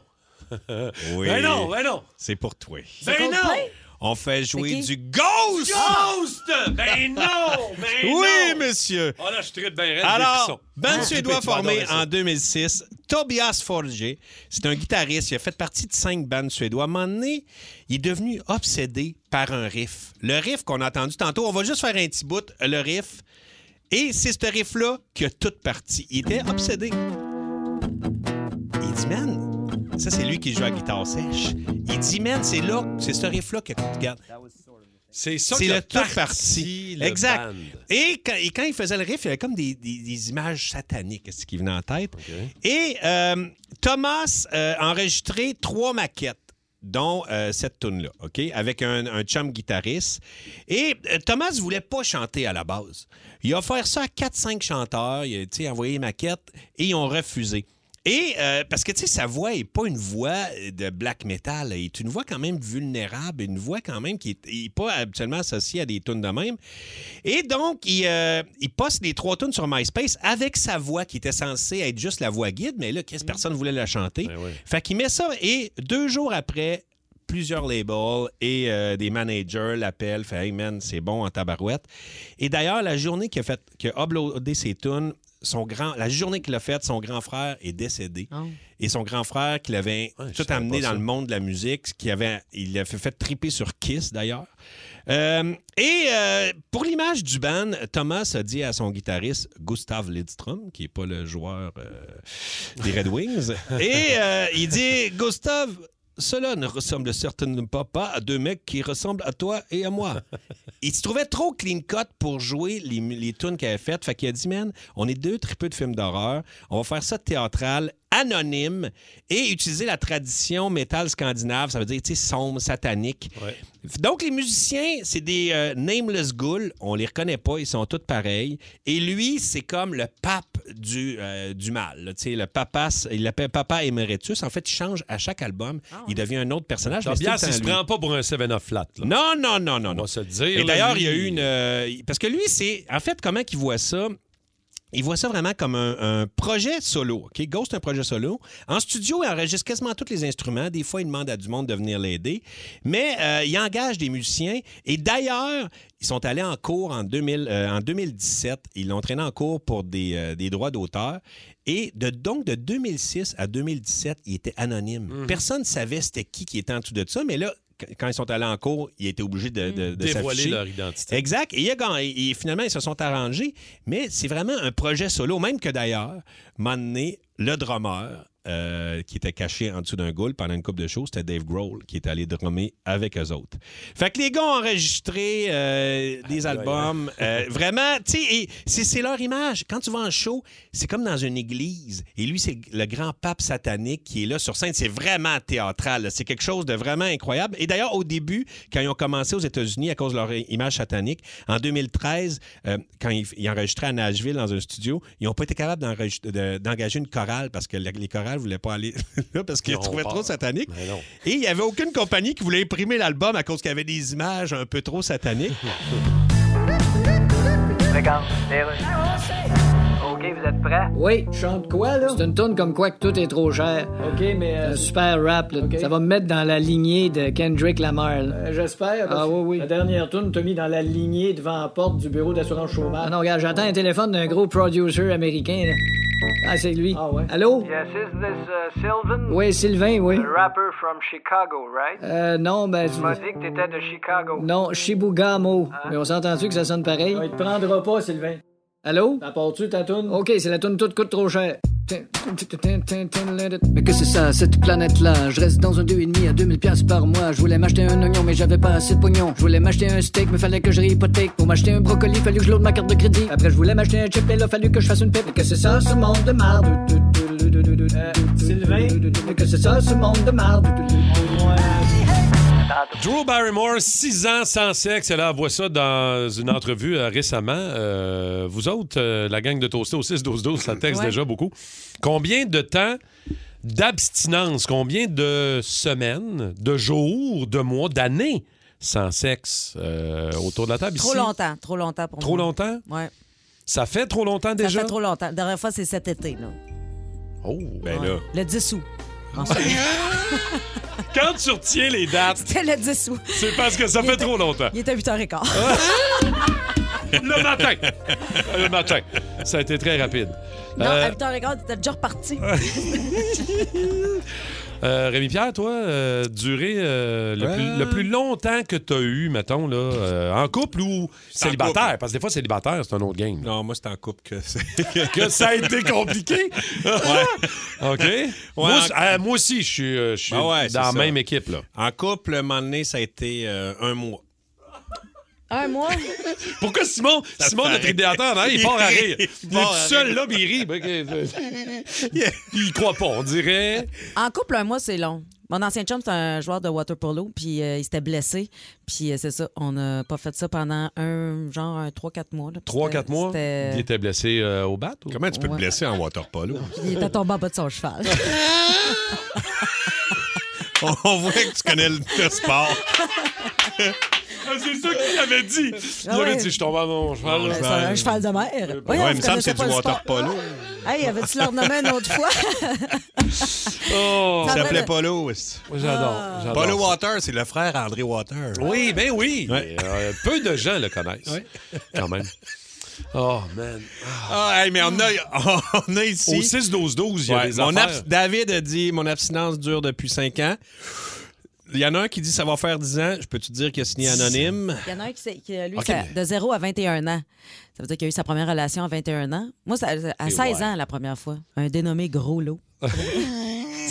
Speaker 9: Oui.
Speaker 3: Ben non, ben non!
Speaker 9: C'est pour toi.
Speaker 3: Ben C'est non! Coldplay?
Speaker 9: On fait jouer
Speaker 3: qui?
Speaker 9: du Ghost!
Speaker 3: Ghost! Ben non!
Speaker 9: *laughs*
Speaker 3: Ben
Speaker 9: oui,
Speaker 3: non!
Speaker 9: monsieur!
Speaker 3: Ah là, je traite bien raide
Speaker 9: Alors, Ben,
Speaker 3: des
Speaker 9: band
Speaker 3: frissons.
Speaker 9: suédois
Speaker 3: Ah, Tu vas
Speaker 9: formé
Speaker 3: adorer ça.
Speaker 9: en 2006, Tobias Forger, c'est un guitariste, il a fait partie de cinq bandes suédois. À un moment donné, il est devenu obsédé par un riff. Le riff qu'on a entendu tantôt, on va juste faire un petit bout, le riff. Et c'est ce riff-là qui a toute partie. Il était obsédé. Il dit, man, ça c'est lui qui joue à la guitare sèche. Il dit, man, c'est là, c'est ce riff-là que regarde.
Speaker 3: C'est ça
Speaker 9: C'est
Speaker 3: qui a
Speaker 9: le tout
Speaker 3: parti
Speaker 9: parti.
Speaker 3: le
Speaker 9: Exact.
Speaker 3: band.
Speaker 9: Et quand, et quand il faisait le riff, il y avait comme des, des- des images sataniques ce qui venait en tête. Et euh, Thomas euh, a enregistré trois maquettes dont euh, cette tune là OK? Avec un, un chum guitariste. Et euh, Thomas voulait pas chanter à la base. Il a offert ça à 4-5 chanteurs. Il a tu sais, envoyé les maquettes et ils ont refusé. Et euh, parce que, tu sais, sa voix n'est pas une voix euh, de black metal. Elle est une voix quand même vulnérable, une voix quand même qui n'est pas habituellement associée à des tunes de même. Et donc, il, euh, il poste les trois tunes sur MySpace avec sa voix qui était censée être juste la voix guide, mais là, qu'est-ce personne voulait la chanter. Fait qu'il met ça et deux jours après, plusieurs labels et euh, des managers l'appellent, fait Hey man, c'est bon en tabarouette. Et d'ailleurs, la journée qu'il a, fait, qu'il a uploadé ses tunes, son grand, la journée qu'il a faite, son grand frère est décédé. Et son grand frère, qui l'avait tout amené
Speaker 12: pas
Speaker 9: dans
Speaker 12: ça.
Speaker 9: le monde de la musique, qui avait, il l'a fait, fait triper sur Kiss d'ailleurs. Euh, et euh, pour l'image du band, Thomas a dit à son guitariste Gustav Lidstrom, qui n'est pas le joueur euh, des Red Wings, et euh, il dit Gustave, cela ne ressemble certainement pas, pas à deux mecs qui ressemblent à toi et à moi. Il se trouvait trop clean cut pour jouer les, les tunes qu'il avait faites. Fait qu'il a dit Man, on est deux tripeux de films d'horreur. On va faire ça théâtral, anonyme et utiliser la tradition métal scandinave. Ça veut dire, tu sais, sombre, satanique. Donc, les musiciens, c'est des euh, nameless ghouls. On les reconnaît pas. Ils sont tous pareils. Et lui, c'est comme le pape du, euh, du mal. là. Tu sais, le papa, il l'appelle Papa Emeritus. En fait, il change à chaque album. Il devient un autre personnage. mais c'est tout le
Speaker 3: Tobias, il
Speaker 9: temps
Speaker 3: se
Speaker 9: lui.
Speaker 3: prend pas pour un 7-up flat. là.
Speaker 9: Non, non, non, non. non. Et
Speaker 3: là,
Speaker 9: d'ailleurs, il y a
Speaker 3: lui.
Speaker 9: eu une. euh, parce que lui, c'est. En fait, comment qu'il voit ça? Il voit ça vraiment comme un, un projet solo. OK? Ghost, un projet solo. En studio, il enregistre quasiment tous les instruments. Des fois, il demande à du monde de venir l'aider. Mais euh, il engage des musiciens. Et d'ailleurs, ils sont allés en cours en, 2000, euh, en 2017. Ils l'ont traîné en cours pour des, euh, des droits d'auteur. Et de, donc, de 2006 à 2017, il était anonyme.
Speaker 3: Mhm.
Speaker 9: Personne ne savait c'était qui qui était en dessous de ça. Mais là, qu- quand ils sont allés en cours, ils étaient obligés de, de, de
Speaker 3: Dévoiler
Speaker 9: s'afficher.
Speaker 3: leur identité.
Speaker 9: Exact. Et, il a gagné. Et finalement, ils se sont arrangés. Mais c'est vraiment un projet solo. Même que d'ailleurs, Mané, le drummer, euh, qui était caché en dessous d'un goal pendant une coupe de show, c'était Dave Grohl qui est allé drummer avec eux autres. Fait que les gars ont enregistré euh, des albums. Euh, vraiment, tu sais, et c'est c'est leur image. Quand tu vas en show, c'est comme dans une église. Et lui, c'est le grand pape satanique qui est là sur scène. C'est vraiment théâtral. là. C'est quelque chose de vraiment incroyable. Et d'ailleurs, au début, quand ils ont commencé aux États-Unis à cause de leur i- image satanique, en 2013, euh, quand ils, ils enregistraient à Nashville dans un studio, ils n'ont pas été capables d'enregist- de- d'engager une chorale parce que la- les chorales ne voulaient pas aller *laughs* là parce qu'ils
Speaker 3: Ils ont
Speaker 9: trouvaient
Speaker 3: peur.
Speaker 9: trop satanique.
Speaker 3: Mais non.
Speaker 9: Et il n'y avait aucune compagnie qui voulait imprimer l'album à cause qu'il y avait des images un peu trop sataniques.
Speaker 7: Regarde, les rues. OK, vous êtes prêts?
Speaker 8: Oui. Chante quoi, là? C'est une tourne comme quoi que tout est trop cher. OK, mais. un super rap, là. Ça va me mettre dans la lignée de Kendrick Lamar, là.
Speaker 11: Euh,
Speaker 14: J'espère.
Speaker 8: Ah oui, oui.
Speaker 14: La dernière tourne t'a mis dans la lignée devant la porte du bureau d'assurance chômage.
Speaker 8: Ah non, regarde, j'entends un téléphone d'un gros producer américain, là. Ah, c'est lui. Ah ouais. Allô?
Speaker 7: Yes, is this uh, Sylvan?
Speaker 8: Oui, Sylvain, oui.
Speaker 7: A rapper from Chicago, right?
Speaker 8: Euh, non, ben.
Speaker 7: Tu m'as dit que t'étais de Chicago.
Speaker 8: Non, Shibugamo. Mais on s'entend-tu que ça sonne pareil?
Speaker 14: Il te prendra pas, Sylvain.
Speaker 8: Allô?
Speaker 14: Apportes-tu ta tourne?
Speaker 8: OK, c'est la toune toute coûte trop cher. Mais que c'est ça, cette planète-là? Je reste dans un 2,5 à 2000 piastres par mois. Je voulais m'acheter un oignon, mais j'avais pas assez de pognon. Je voulais m'acheter un steak, mais fallait que je réhypothèque. Pour m'acheter un brocoli, fallu que je load ma carte de crédit. Après, je voulais m'acheter un chip, et là, fallu que je fasse une pipe. Mais que c'est ça, ce monde de marde? Euh, Sylvain? Mais que c'est ça, ce monde de marde?
Speaker 3: Drew Barrymore, 6 ans sans sexe. Elle envoie ça dans une entrevue euh, récemment. Euh, vous autres, euh, la gang de Toasté au 6-12-12, ça texte
Speaker 12: Ouais.
Speaker 3: déjà beaucoup. Combien de temps d'abstinence, combien de semaines, de jours, de mois, d'années sans sexe euh, autour de la table
Speaker 6: Trop
Speaker 3: ici?
Speaker 6: longtemps, trop longtemps pour
Speaker 3: Trop
Speaker 6: moi.
Speaker 3: longtemps?
Speaker 6: Ouais.
Speaker 3: Ça fait trop longtemps
Speaker 6: Ça
Speaker 3: déjà?
Speaker 6: fait trop longtemps. La dernière fois, c'est cet été. Là.
Speaker 3: Oh, ben
Speaker 6: Ouais.
Speaker 3: là.
Speaker 6: Le 10 août.
Speaker 3: *laughs* Quand tu retiens les dates,
Speaker 6: C'était le 10 août.
Speaker 3: c'est parce que ça
Speaker 6: Il
Speaker 3: fait
Speaker 6: était- *laughs*
Speaker 3: trop longtemps.
Speaker 6: Il était 8h15.
Speaker 3: Ah. Le matin! *laughs* Le matin. Ça a été très rapide.
Speaker 6: *laughs* Non,
Speaker 3: Euh,
Speaker 6: à 8h15, il était déjà reparti.
Speaker 3: euh, Rémi-Pierre, toi, euh, durée euh, le,
Speaker 9: Euh.
Speaker 3: plus, le plus longtemps que tu as eu, mettons, là, euh, en couple ou célibataire?
Speaker 9: couple.
Speaker 3: Parce que des fois, célibataire, c'est un autre game.
Speaker 9: Non, moi, c'est en couple que c'est.
Speaker 3: *laughs* que ça a été compliqué. OK. moi,
Speaker 9: en-
Speaker 3: c'est- euh, moi aussi, je suis, euh, je suis
Speaker 9: Ah ouais, c'est
Speaker 3: dans la
Speaker 9: ça.
Speaker 3: même équipe. Là.
Speaker 9: En couple, un moment donné, ça a été euh, un mois.
Speaker 3: Ah.
Speaker 6: *laughs* Un
Speaker 3: *laughs*
Speaker 6: mois?
Speaker 3: Pourquoi Simon, *laughs*
Speaker 9: Ça
Speaker 3: Simon
Speaker 9: paraît.
Speaker 3: notre idéateur, hein, il part
Speaker 9: *laughs*
Speaker 3: à rire. Il,
Speaker 9: Il
Speaker 3: est
Speaker 9: part
Speaker 3: tout
Speaker 9: à rire.
Speaker 3: seul là, puis il rit. Ben, que- il y croit pas, on dirait.
Speaker 6: En couple, un mois, c'est long. Mon ancien chum, c'est un joueur de water polo, puis euh, il s'était blessé. Puis euh, c'est ça, on n'a pas fait ça pendant un, genre, un 3-4 mois. là. Puis
Speaker 3: Trois,
Speaker 6: c'était-
Speaker 3: quatre mois,
Speaker 6: Euh, c'était-
Speaker 3: il était blessé euh, au bat. Comment tu peux te blesser en waterpolo?
Speaker 6: Il était tombé en bas de son
Speaker 9: *laughs*
Speaker 6: cheval.
Speaker 9: On, *laughs* on voit que tu connais le, le sport.
Speaker 6: Ah
Speaker 3: Ah, c'est ça qu'il avait dit. Il
Speaker 6: Ah
Speaker 3: avait
Speaker 6: ouais.
Speaker 3: dit, je tombe à mon cheval.
Speaker 6: Ben, c'est un cheval de mer. Voyons,
Speaker 9: ouais, il
Speaker 6: vous
Speaker 9: me semble que
Speaker 6: connaissez
Speaker 9: c'est du
Speaker 6: pas le sport.
Speaker 9: water polo.
Speaker 6: Hey, avais-tu leur nommé une autre
Speaker 9: *laughs*
Speaker 6: fois?
Speaker 3: Oh.
Speaker 9: Il
Speaker 6: Ça Ah.
Speaker 9: s'appelait
Speaker 6: s'appelle-
Speaker 9: Polo.
Speaker 3: Moi, j'adore. j'adore
Speaker 9: Polo
Speaker 3: ça.
Speaker 9: Water, c'est le frère André Water.
Speaker 3: Oui, ben oui. Euh, peu de gens le connaissent, quand même. Oh, man.
Speaker 9: Ah, hey, mais on a, *laughs* on a ici.
Speaker 3: Au 6-12-12, il y a
Speaker 9: Ouais,
Speaker 3: des
Speaker 9: mon
Speaker 3: affaires.
Speaker 9: abs- David a dit Mon abstinence dure depuis 5 ans. Il y en a un qui dit Ça va faire 10 ans. Je peux te dire qu'il a signé anonyme.
Speaker 6: Il y en a un qui, s'est- qui lui,
Speaker 9: Ok,
Speaker 6: ça-
Speaker 9: mais-
Speaker 6: de 0 à 21 ans. Ça veut dire qu'il a eu sa première relation à 21 ans. Moi, ça, à
Speaker 9: C'est
Speaker 6: 16
Speaker 9: wild.
Speaker 6: ans, la première
Speaker 9: *laughs*
Speaker 6: fois. Un dénommé Gros Lot.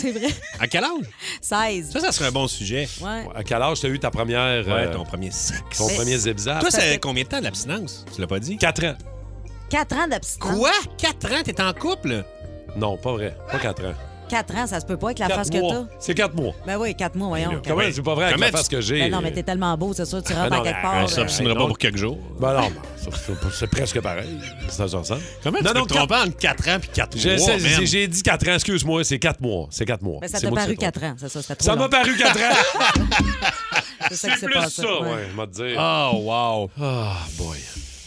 Speaker 6: C'est vrai?
Speaker 9: À quel âge
Speaker 6: 16.
Speaker 9: Ça, ça serait un bon sujet.
Speaker 6: Ouais. Ben,
Speaker 3: À quel âge t'as eu ta première. euh,
Speaker 9: Ouais, ton premier sexe.
Speaker 3: Ton
Speaker 6: Mais-
Speaker 3: premier zibzab.
Speaker 9: Toi, c'est combien de temps l'abstinence Tu l'as pas dit
Speaker 3: 4 ans.
Speaker 6: 4 ans d'abstinence.
Speaker 9: Quoi 4 ans, t'es en couple
Speaker 3: Non, pas vrai. Pas 4 ans.
Speaker 6: 4 ans, ça se peut pas avec la
Speaker 3: Quatre
Speaker 6: face que
Speaker 3: mois.
Speaker 6: t'as.
Speaker 3: C'est 4 mois.
Speaker 6: Ben oui, 4 mois, voyons.
Speaker 3: Comment
Speaker 6: Quatre-
Speaker 3: c'est pas vrai avec
Speaker 9: Comment
Speaker 3: la face
Speaker 9: tu-
Speaker 3: que j'ai?
Speaker 6: Ben non, mais t'es tellement beau, c'est sûr, tu
Speaker 9: Ah
Speaker 6: rentres
Speaker 3: Ben
Speaker 6: à
Speaker 3: non,
Speaker 6: quelque
Speaker 3: ben,
Speaker 6: part. euh,
Speaker 3: on s'obstinera
Speaker 9: pas pour quelques jours.
Speaker 3: Ben non, ben, c'est- c'est- c'est presque pareil. Ça se ressemble.
Speaker 9: Comment
Speaker 3: non,
Speaker 9: tu
Speaker 3: non,
Speaker 9: peux te
Speaker 3: quatre-
Speaker 9: tromper entre 4 ans et 4
Speaker 3: J'ai-
Speaker 9: mois
Speaker 3: j'ai-
Speaker 9: man?
Speaker 3: J'ai dit 4 ans, excuse-moi, c'est 4 mois. C'est 4 mois.
Speaker 6: Mais Ben, ça
Speaker 3: C'est
Speaker 6: t'a
Speaker 3: moi qui
Speaker 6: paru
Speaker 3: suis trompé.
Speaker 6: 4 ans, c'est ça,
Speaker 9: *laughs*
Speaker 6: c'était trop
Speaker 3: Ça
Speaker 6: long.
Speaker 3: m'a paru 4 ans.
Speaker 6: *laughs* C'est ça qui s'est
Speaker 3: Plus
Speaker 6: passé.
Speaker 3: ça, ouais, je vais te dire.
Speaker 9: Oh, wow.
Speaker 3: Ah, boy.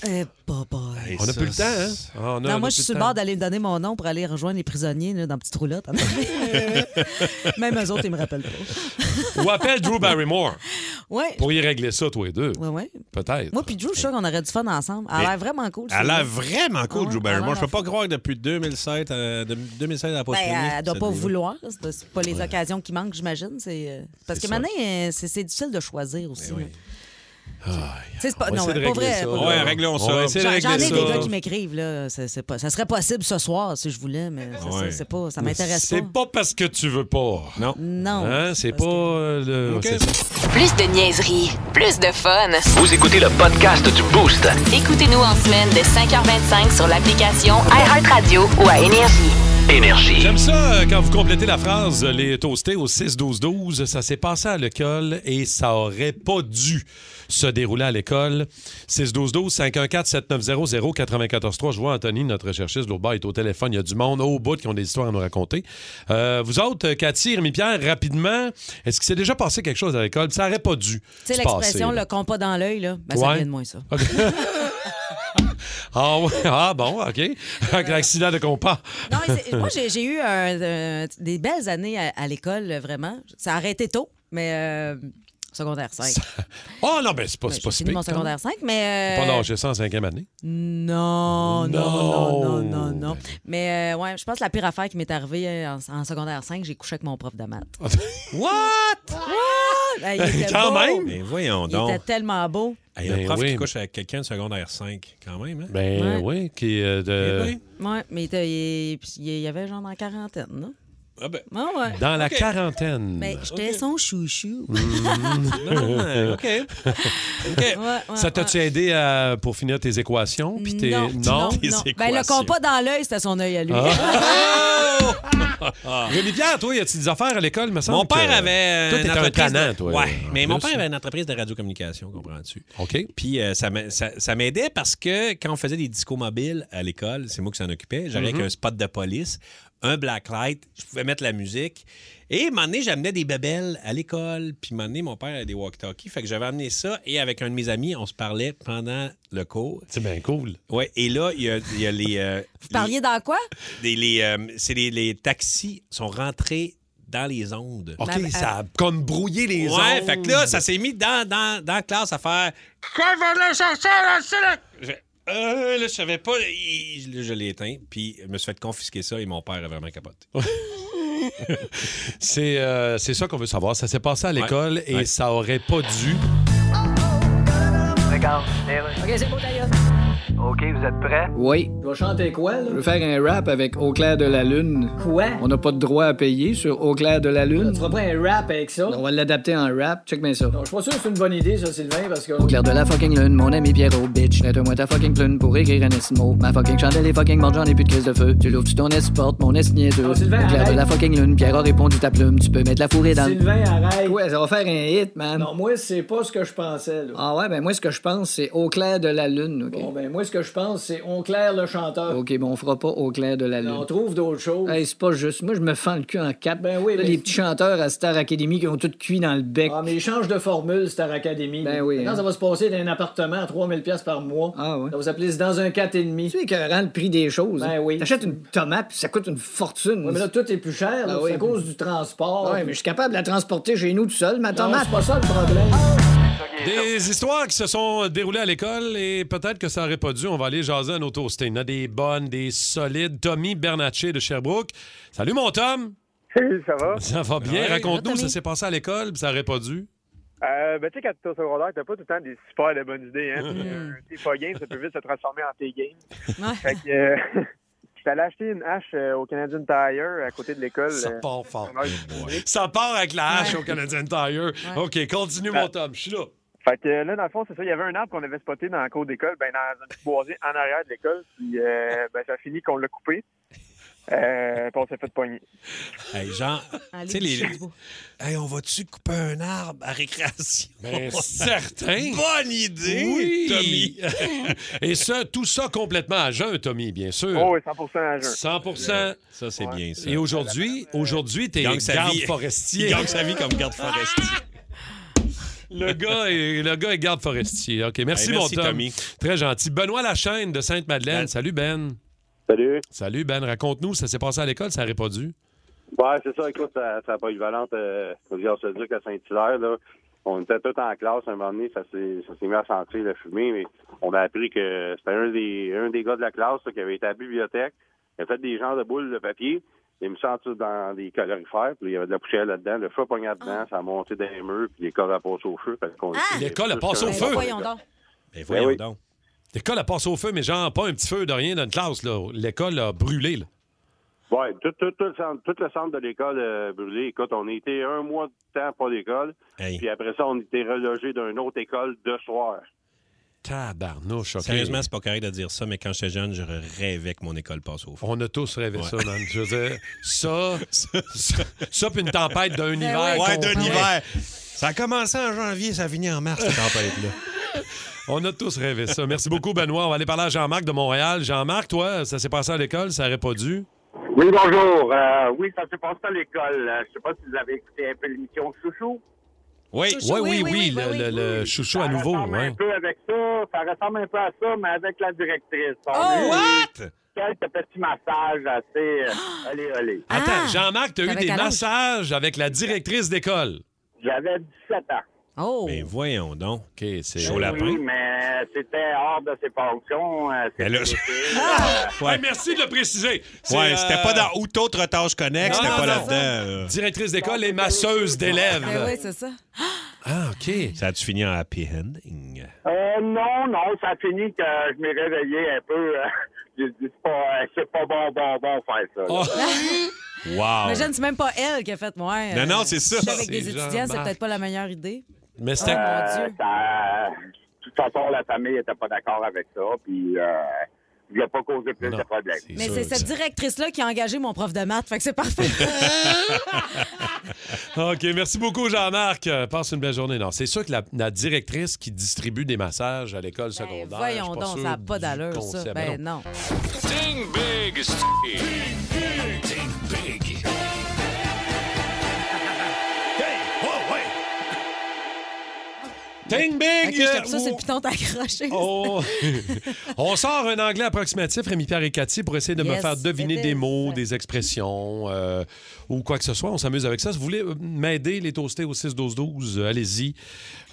Speaker 6: Eh, papa.
Speaker 3: on a
Speaker 9: ça,
Speaker 3: plus le temps, hein? Ah, on a- on
Speaker 6: Non,
Speaker 3: a
Speaker 6: moi,
Speaker 3: plus
Speaker 6: je suis sur
Speaker 3: le
Speaker 6: le
Speaker 3: temps.
Speaker 6: bord d'aller me donner mon nom pour aller rejoindre les prisonniers là, dans Petite Roulotte. *laughs* Même eux autres, ils me rappellent pas.
Speaker 3: Ou appelle Drew Barrymore.
Speaker 6: *laughs* Ouais.
Speaker 3: Pour y régler ça, tous les deux.
Speaker 6: Ouais, ouais.
Speaker 3: Peut-être.
Speaker 6: Moi puis Drew, je suis sûr qu'on aurait du fun ensemble. Elle
Speaker 9: Mais-
Speaker 6: a l'air vraiment cool.
Speaker 9: Elle a
Speaker 6: celle-là.
Speaker 9: vraiment
Speaker 6: Ah
Speaker 9: cool,
Speaker 6: ouais,
Speaker 9: Drew
Speaker 6: elle a l'air
Speaker 9: Barrymore. Je peux pas croire que depuis 2007, euh, de- 2007 elle n'a pas
Speaker 6: Ben,
Speaker 9: fini.
Speaker 6: elle doit
Speaker 9: cette
Speaker 6: pas
Speaker 9: nouvelle.
Speaker 6: vouloir. là. C'est c'est pas les occasions qui manquent, j'imagine. C'est euh, parce
Speaker 9: C'est
Speaker 6: que
Speaker 9: ça. Ben
Speaker 6: maintenant, euh, c'est c'est difficile de choisir aussi. là. Tu sais, c'est
Speaker 3: On
Speaker 6: pas,
Speaker 3: va
Speaker 6: non,
Speaker 3: essayer de
Speaker 6: pas
Speaker 3: régler
Speaker 6: vrai.
Speaker 3: ça,
Speaker 6: pas
Speaker 3: là.
Speaker 6: vrai.
Speaker 9: Ouais, réglons
Speaker 3: On
Speaker 9: ça.
Speaker 3: va essayer de
Speaker 6: J'en j'en ai
Speaker 3: régler
Speaker 6: des
Speaker 3: ça.
Speaker 6: gars qui m'écrivent. là. C'est- c'est pas- Ça serait possible ce soir si je voulais, mais c'est ça,
Speaker 3: Ouais.
Speaker 6: c'est pas, ça m'intéresse pas.
Speaker 3: C'est pas parce que tu veux pas.
Speaker 9: Non.
Speaker 6: Non.
Speaker 3: Hein, c'est pas euh, le. c'est ça.
Speaker 1: Plus de niaiserie, plus de fun.
Speaker 16: Vous écoutez le podcast du Boost.
Speaker 1: Écoutez-nous en semaine de 5h25 sur l'application iHeartRadio ou à Énergie.
Speaker 16: Énergie.
Speaker 3: J'aime ça euh, quand vous complétez la phrase euh, les toastés au 6-12-12. Ça s'est passé à l'école et ça aurait pas dû se dérouler à l'école. 6-12-12-514-7900-943. Je vois Anthony, notre chercheuse de l'autre bord, est au téléphone. Il y a du monde au bout qui ont des histoires à nous raconter. Euh, vous autres, euh, Cathy, Rémi-Pierre, rapidement, est-ce qu'il s'est déjà passé quelque chose à l'école? Ça aurait pas dû
Speaker 6: Tu sais,
Speaker 3: se
Speaker 6: l'expression
Speaker 3: passer, là.
Speaker 6: le compas dans l'œil, là, ben, ça
Speaker 3: Ouais.
Speaker 6: vient de moi, ça.
Speaker 3: OK. *laughs* ah, ouais. Ah, bon, OK. Avec *laughs* l'accident de compas.
Speaker 6: *laughs* Euh. Non, mais c'est- moi, j'ai j'ai eu un- euh, des belles années à, à l'école, euh, vraiment. Ça a arrêté tôt, mais euh, secondaire 5.
Speaker 3: Oh non, ben c'est pas, c'est pas
Speaker 6: J'ai
Speaker 3: si
Speaker 6: fini
Speaker 3: pire,
Speaker 6: mon
Speaker 3: quand même.
Speaker 6: secondaire 5, mais...
Speaker 3: Pas
Speaker 6: euh, Oh,
Speaker 3: lâché ça en cinquième année.
Speaker 6: Non, non,
Speaker 3: Non.
Speaker 6: non, non, non, Oh, non. Mais euh, ouais, je pense que la pire affaire qui m'est arrivée euh, en, en secondaire 5, j'ai couché avec mon prof de maths.
Speaker 3: *laughs*
Speaker 9: What?
Speaker 6: Ah, Hey, il était
Speaker 9: Quand
Speaker 6: beau.
Speaker 9: même? Mais voyons
Speaker 6: Il
Speaker 9: donc.
Speaker 6: était tellement beau.
Speaker 9: Ben Hey, un
Speaker 3: Ben
Speaker 9: prof
Speaker 3: oui.
Speaker 9: qui couche avec quelqu'un de secondaire 5, quand même. Hein?
Speaker 3: Ben oui, qui euh,
Speaker 9: Eh
Speaker 3: de- *laughs*
Speaker 6: Ouais, mais il, était- il- puis il y avait genre dans la quarantaine, non?
Speaker 9: Ah ben.
Speaker 6: Ouais, ouais.
Speaker 3: dans la quarantaine.
Speaker 6: Mais j'étais son
Speaker 3: *laughs*
Speaker 6: chouchou.
Speaker 3: Mmh.
Speaker 9: Ah, OK. Ouais,
Speaker 6: ouais,
Speaker 3: ça t'a-tu aidé à- pour finir tes équations? Puis tes...
Speaker 6: Non, non, non. Ben, le compas dans l'œil, c'était son œil à lui. *laughs*
Speaker 3: Ah.
Speaker 9: Oh!
Speaker 3: Rémi-Pierre, toi, y a-tu des affaires à l'école, me semble
Speaker 9: Ah. Mon père
Speaker 3: que-
Speaker 9: avait.
Speaker 3: Toi,
Speaker 9: une
Speaker 3: t'étais un
Speaker 9: entreprise
Speaker 3: tannant,
Speaker 9: de-
Speaker 3: toi.
Speaker 9: Ouais,
Speaker 3: en
Speaker 9: mais mon
Speaker 3: plus.
Speaker 9: père avait
Speaker 3: *laughs*
Speaker 9: une entreprise de radiocommunication, comprends-tu?
Speaker 3: OK.
Speaker 9: Puis euh, ça m'a- ça ça m'aidait parce que quand on faisait des discos mobiles à l'école, c'est moi qui s'en occupais, j'avais
Speaker 3: Mhm.
Speaker 9: un spot de police, un blacklight, je pouvais mettre la musique. Et à un moment donné, j'amenais des babelles à l'école. Puis à un moment donné, mon père avait des walkie-talkies. Fait que j'avais amené ça. Et avec un de mes amis, on se parlait pendant le cours.
Speaker 3: C'est bien cool.
Speaker 9: Ouais. Et là, il y a, il y a les... euh,
Speaker 6: *laughs* Vous parliez dans quoi?
Speaker 9: les, les, euh, c'est les, les taxis sont rentrés dans les ondes.
Speaker 6: OK, Ben, ça
Speaker 3: a comme brouillé
Speaker 9: ouais,
Speaker 3: les
Speaker 9: Ouais,
Speaker 3: ondes.
Speaker 9: fait que là, ça s'est mis dans, dans, dans la classe à faire...
Speaker 2: Quand va le chercher, là, c'est là.
Speaker 9: Je, euh, là, je savais pas.
Speaker 3: Oh,
Speaker 9: Il- là, je l'ai éteint, puis je me suis fait confisquer ça et mon père a vraiment capoté.
Speaker 3: C'est euh, c'est ça qu'on veut savoir. Ça s'est passé à l'école et
Speaker 9: Ouais.
Speaker 3: ça aurait pas dû.
Speaker 7: Regarde, OK, c'est beau, d'ailleurs. OK, vous êtes prêts?
Speaker 8: Oui.
Speaker 14: Tu vas chanter quoi, là?
Speaker 8: Je veux faire un rap avec Au clair de la lune. Quoi? On n'a pas de droit à payer sur Au clair de la lune.
Speaker 14: Tu feras pas un rap avec ça?
Speaker 8: On va l'adapter en rap. Check bien ça.
Speaker 14: Non, je suis pas sûr que c'est une bonne idée, ça, Sylvain, parce que.
Speaker 8: Au clair de la fucking lune, mon ami Pierrot, bitch. Jette-moi ta fucking plume pour écrire un esmo. Ma fucking chandelle est fucking morte, j'en ai plus de crise de feu. Tu l'ouvres, tu ton porte, mon est niaiseux.
Speaker 14: Non,
Speaker 8: Au
Speaker 14: Sylvain,
Speaker 8: clair de
Speaker 14: arrête.
Speaker 8: la fucking lune, Pierrot répond du ta plume. Tu peux mettre la fourrée dans le-
Speaker 14: Sylvain, arrête.
Speaker 8: Ouais, ça va faire un hit, man.
Speaker 14: Non, moi, c'est pas ce que je pensais, là.
Speaker 8: Ah ouais, ben moi, ce que je pense, c'est Au clair de la lune, OK?
Speaker 14: Bon, ben, moi, ce que je pense, c'est On claire le chanteur.
Speaker 8: OK, bon, on fera pas Au clair de la lune.
Speaker 14: On trouve d'autres choses.
Speaker 8: Hey, c'est pas juste. Moi, je me fends le cul en quatre. Ben
Speaker 14: oui, mais-
Speaker 8: Les petits chanteurs à Star Academy qui ont tout cuit dans le bec.
Speaker 14: Ah, mais ils changent de formule, Star Academy.
Speaker 8: Ben oui,
Speaker 14: Maintenant,
Speaker 8: hein.
Speaker 14: ça va se passer d'un appartement à 3000$ piastres par mois.
Speaker 8: Ah ouais.
Speaker 14: Ça va s'appeler C'est dans un 4,5.
Speaker 8: C'est écœurant le prix des choses.
Speaker 14: Ben oui.
Speaker 8: T'achètes une tomate, puis ça coûte une fortune.
Speaker 14: Ouais, mais là, tout est plus cher,
Speaker 8: Ben
Speaker 14: là.
Speaker 8: oui.
Speaker 14: c'est à cause du transport.
Speaker 8: Ouais, mais je suis capable de la transporter chez nous tout seul, ma
Speaker 14: Non,
Speaker 8: tomate.
Speaker 14: c'est pas ça le problème.
Speaker 3: Des histoires qui se sont déroulées à l'école et peut-être que ça aurait pas dû. On va aller jaser à nos toastés. Il y en a des bonnes, des solides. Tommy Bernatchez de Sherbrooke. Salut, mon Tom.
Speaker 17: ça va?
Speaker 3: Ça va bien.
Speaker 17: Ouais.
Speaker 3: Raconte-nous,
Speaker 17: Tommy.
Speaker 3: ça s'est passé à l'école puis ça aurait pas dû.
Speaker 17: Euh, ben, tu sais, quand t'es au secondaire, t'as pas tout le temps des super de bonnes idées. Hein?
Speaker 3: Mm-hmm.
Speaker 17: Puis, euh, Tes pas games, ça peut vite se transformer en tes games. Fait que, euh, *laughs* j'étais allé acheter une hache euh, au Canadian Tire à côté de l'école.
Speaker 3: Ça
Speaker 17: euh,
Speaker 3: part fort.
Speaker 17: Ouais.
Speaker 3: Ça part avec la hache au Canadian Tire. OK, continue,
Speaker 17: Ben,
Speaker 3: mon Tom. Je suis là.
Speaker 17: Fait que euh, là, dans le fond, c'est ça. Il y avait un arbre qu'on avait spoté dans la cour d'école, ben, dans un petit boisé en arrière de l'école. Puis, euh, ben, ça a fini qu'on l'a coupé. Euh, puis on s'est fait pogner.
Speaker 9: *laughs* Hey, genre, tu sais, les. Hey, on va-tu couper un arbre à récréation?
Speaker 3: Ben, certain.
Speaker 9: *laughs* Bonne idée,
Speaker 3: Oui.
Speaker 9: Tommy.
Speaker 3: *laughs* Et ça, tout ça complètement à jeun, Tommy, bien sûr.
Speaker 17: Oh, oui, 100 à jeun.
Speaker 3: 100
Speaker 9: Ça, c'est bien ça.
Speaker 3: Et aujourd'hui, aujourd'hui, t'es
Speaker 9: Il gagne sa
Speaker 3: garde
Speaker 9: vie-
Speaker 3: forestier.
Speaker 9: il gagne sa vie comme garde forestier.
Speaker 3: Le gars, est, le gars est garde forestier. OK, merci,
Speaker 9: Hey, merci,
Speaker 3: mon Tom.
Speaker 9: Tommy.
Speaker 3: Très gentil. Benoît Lachaine de Sainte-Madeleine. Salut, Ben.
Speaker 18: Salut.
Speaker 3: Salut, Ben. Raconte-nous, ça s'est passé à l'école, ça n'aurait pas dû.
Speaker 18: Ouais, c'est ça. Écoute, ça, ça a pas eu valente, euh, se duc à Saint-Hilaire, là. On était tous en classe un moment donné, ça s'est ça s'est mis à sentir la fumée, mais on a appris que c'était un des un des gars de la classe là, qui avait été à la bibliothèque, il a fait des genres de boules de papier, il me sentit dans des calorifères, puis il y avait de la poussière là-dedans, le feu pognait dedans, ça a monté dans les murs, puis l'école a passé au feu. Fait qu'on était-
Speaker 3: L'école a passé au
Speaker 6: Ben,
Speaker 3: feu.
Speaker 6: voyons donc.
Speaker 9: Ben,
Speaker 18: voyons Ben oui.
Speaker 9: donc.
Speaker 3: L'école a passé au feu, mais genre pas un petit feu de rien dans une classe. là. L'école a brûlé. là.
Speaker 18: Oui, tout, tout, tout, le centre, tout le centre de l'école euh, brûlé. Écoute, on était un mois de temps pas d'école.
Speaker 9: Hey.
Speaker 18: Puis après ça, on était relogé d'une autre école de soir.
Speaker 3: Tabarnouche, OK.
Speaker 9: Sérieusement, c'est pas correct de dire ça, mais quand j'étais jeune, je rêvais que mon école passe au feu.
Speaker 3: On a tous rêvé ça, man. Je veux dire, ça, *laughs* ça, ça, puis une tempête d'un
Speaker 9: Ben
Speaker 3: hiver.
Speaker 9: oui. Ouais,
Speaker 3: complet.
Speaker 9: d'un hiver. Ça a commencé en janvier, ça a fini en mars, cette tempête-là.
Speaker 3: On a tous rêvé ça. Merci beaucoup, Benoît. On va aller parler à Jean-Marc de Montréal. Jean-Marc, toi, ça s'est passé à l'école, ça aurait pas dû.
Speaker 19: Oui, bonjour. Euh, oui, ça s'est passé à l'école. Euh, Je sais pas si vous avez écouté un peu l'émission Chouchou.
Speaker 3: Oui,
Speaker 19: Chouchou,
Speaker 3: oui, oui,
Speaker 19: oui, oui,
Speaker 3: le,
Speaker 19: oui,
Speaker 3: le- le chouchou à nouveau.
Speaker 19: ressemble
Speaker 3: ouais.
Speaker 19: un peu avec ça. Ça ressemble un peu à ça, mais avec la directrice. On
Speaker 3: Oh,
Speaker 19: a eu Quelques petits massages assez... euh, Allez, allez.
Speaker 3: Ah!
Speaker 6: Ah!
Speaker 3: Attends, Jean-Marc, tu as eu
Speaker 19: T'avais
Speaker 3: des
Speaker 19: quel âge?
Speaker 3: massages avec la directrice d'école.
Speaker 19: J'avais 17 ans.
Speaker 6: Oh!
Speaker 9: Mais voyons donc.
Speaker 3: OK, c'est
Speaker 9: chaud
Speaker 19: Oui,
Speaker 9: lapin.
Speaker 19: mais c'était hors de ses fonctions. euh,
Speaker 9: Mais là-
Speaker 19: c'était-
Speaker 9: Ouais.
Speaker 3: Ben merci de le préciser. Ah, C'est,
Speaker 9: Ouais, c'était pas
Speaker 3: euh,
Speaker 9: dans ou d'autres tâches connexes,
Speaker 3: Non,
Speaker 9: c'était pas
Speaker 3: non,
Speaker 9: là-dedans.
Speaker 3: non.
Speaker 9: euh.
Speaker 3: Directrice d'école et masseuse
Speaker 6: Ben oui,
Speaker 3: d'élèves.
Speaker 6: c'est ça.
Speaker 3: Ah, OK.
Speaker 9: Ça a-tu fini en happy ending?
Speaker 19: Euh, non, non, ça a fini que je m'ai réveillé un peu. euh, J'ai dit, c'est pas, euh, c'est pas bon, bon, bon faire ça. là.
Speaker 3: Oh!
Speaker 19: *laughs*
Speaker 3: Ah.
Speaker 9: Wow!
Speaker 6: Imagine, c'est même pas elle qui a fait moi. euh,
Speaker 9: Non, non, c'est ça.
Speaker 6: je suis avec des
Speaker 9: C'est
Speaker 6: étudiants, c'est
Speaker 9: Jean-Marc.
Speaker 6: peut-être pas la meilleure idée.
Speaker 3: Mais
Speaker 6: c'était- Oh, mon Dieu.
Speaker 19: Euh, ça- de toute façon, la famille n'était pas d'accord avec ça, puis euh, il n'a pas causé plus de problèmes.
Speaker 6: Mais c'est cette directrice-là qui a engagé mon prof de maths, fait que c'est
Speaker 3: Ben,
Speaker 6: parfait.
Speaker 3: OK, merci beaucoup, Jean-Marc. Euh, Passe une belle journée. Non, c'est sûr que la, la directrice qui distribue des massages à l'école secondaire. je
Speaker 6: Ben, Voyons
Speaker 3: suis pas
Speaker 6: donc,
Speaker 3: sûr
Speaker 6: ça Ben, n'a pas
Speaker 3: du Ben
Speaker 6: d'allure, ça.
Speaker 3: concept.
Speaker 6: Ben non.
Speaker 16: Ting big, sti. Ting
Speaker 3: Think big!
Speaker 6: Ok, je tape ça,
Speaker 3: euh,
Speaker 6: c'est le piton accroché.
Speaker 3: Oh. On sort un anglais approximatif, Rémi Pierre et Cathy, pour essayer de me
Speaker 6: Yes,
Speaker 3: faire deviner
Speaker 6: it
Speaker 3: des
Speaker 6: is.
Speaker 3: mots, des expressions euh, ou quoi que ce soit. On s'amuse avec ça. Si vous voulez euh, m'aider, les toastés au 6-12-12, euh, allez-y.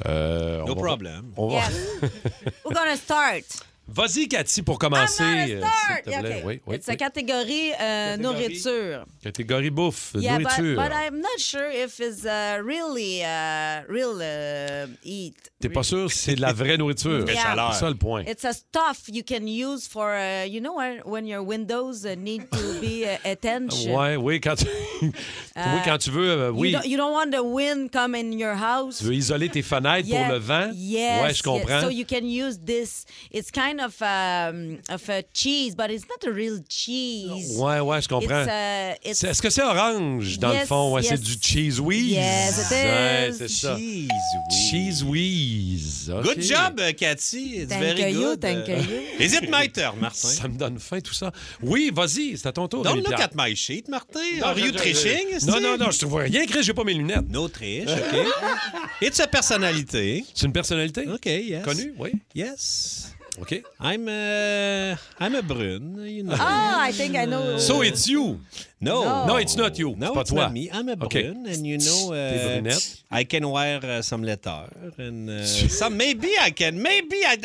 Speaker 3: Euh, on
Speaker 9: No
Speaker 3: va-
Speaker 9: problem.
Speaker 3: on va-
Speaker 6: We're gonna start.
Speaker 3: *laughs* Vas-y, Cathy, pour commencer. euh, s'il te
Speaker 6: Yeah,
Speaker 3: plaît.
Speaker 6: okay.
Speaker 3: Oui, oui,
Speaker 6: It's
Speaker 3: oui.
Speaker 6: a category, euh, nourriture.
Speaker 3: Catégorie bouffe,
Speaker 6: Yeah, but,
Speaker 3: nourriture.
Speaker 6: but I'm not sure if it's uh, really uh, real uh, eat.
Speaker 3: T'es pas sûr si c'est de la vraie nourriture.
Speaker 6: Yeah.
Speaker 3: C'est ça le point.
Speaker 6: It's a stuff you can use for, uh, you know, when, when your windows uh, need to be
Speaker 3: *laughs*
Speaker 6: uh, attention.
Speaker 3: Ouais, oui, quand tu... *laughs* oui, quand tu veux, euh,
Speaker 6: You
Speaker 3: oui.
Speaker 6: don't- You don't want the wind come in your house.
Speaker 3: Tu veux isoler tes fenêtres
Speaker 6: Yeah.
Speaker 3: pour le vent?
Speaker 6: Yes.
Speaker 3: ouais, je comprends.
Speaker 6: yes. So you can use this. It's kind of um, of a cheese, but it's not a real cheese.
Speaker 3: Ouais, ouais, je comprends.
Speaker 6: It's, uh, it's-
Speaker 3: C'est- Est-ce que c'est orange, dans le
Speaker 6: Yes,
Speaker 3: fond? Ouais,
Speaker 6: yes.
Speaker 3: C'est du cheese whiz.
Speaker 6: Yes, it is.
Speaker 3: Ouais, c'est ça.
Speaker 9: Cheese
Speaker 3: whiz. Cheese whiz. OK.
Speaker 9: Good job, euh, Cathy. It's
Speaker 6: Thank
Speaker 9: very
Speaker 6: you,
Speaker 9: good.
Speaker 6: thank
Speaker 9: Euh,
Speaker 6: you.
Speaker 9: *laughs* Is it my turn, Martin?
Speaker 3: Ça me donne faim, tout ça. Oui, vas-y, c'est à ton tour.
Speaker 9: Don't
Speaker 3: Rémi
Speaker 9: look
Speaker 3: Pierre.
Speaker 9: at my sheet, Martin.
Speaker 3: Non,
Speaker 9: Are
Speaker 3: je-
Speaker 9: you
Speaker 3: je-
Speaker 9: triching?
Speaker 3: Non, non, non, je te vois rien, Chris, j'ai pas mes lunettes.
Speaker 9: No triche, OK. It's a personnalité.
Speaker 3: C'est une personnalité?
Speaker 9: OK, yes.
Speaker 3: Connue, oui.
Speaker 9: Yes.
Speaker 3: OK.
Speaker 9: I'm a, I'm a brune, you know.
Speaker 6: Ah, I think I know.
Speaker 3: So it's you.
Speaker 9: No.
Speaker 6: No.
Speaker 3: No, it's not you.
Speaker 9: No,
Speaker 3: c'est pas
Speaker 9: it's
Speaker 3: toi.
Speaker 9: not me. I'm a
Speaker 3: OK.
Speaker 9: brune, and you know,
Speaker 3: T'es
Speaker 9: uh,
Speaker 3: brunette.
Speaker 9: I can wear uh, some letter, and uh, some maybe I can, maybe I,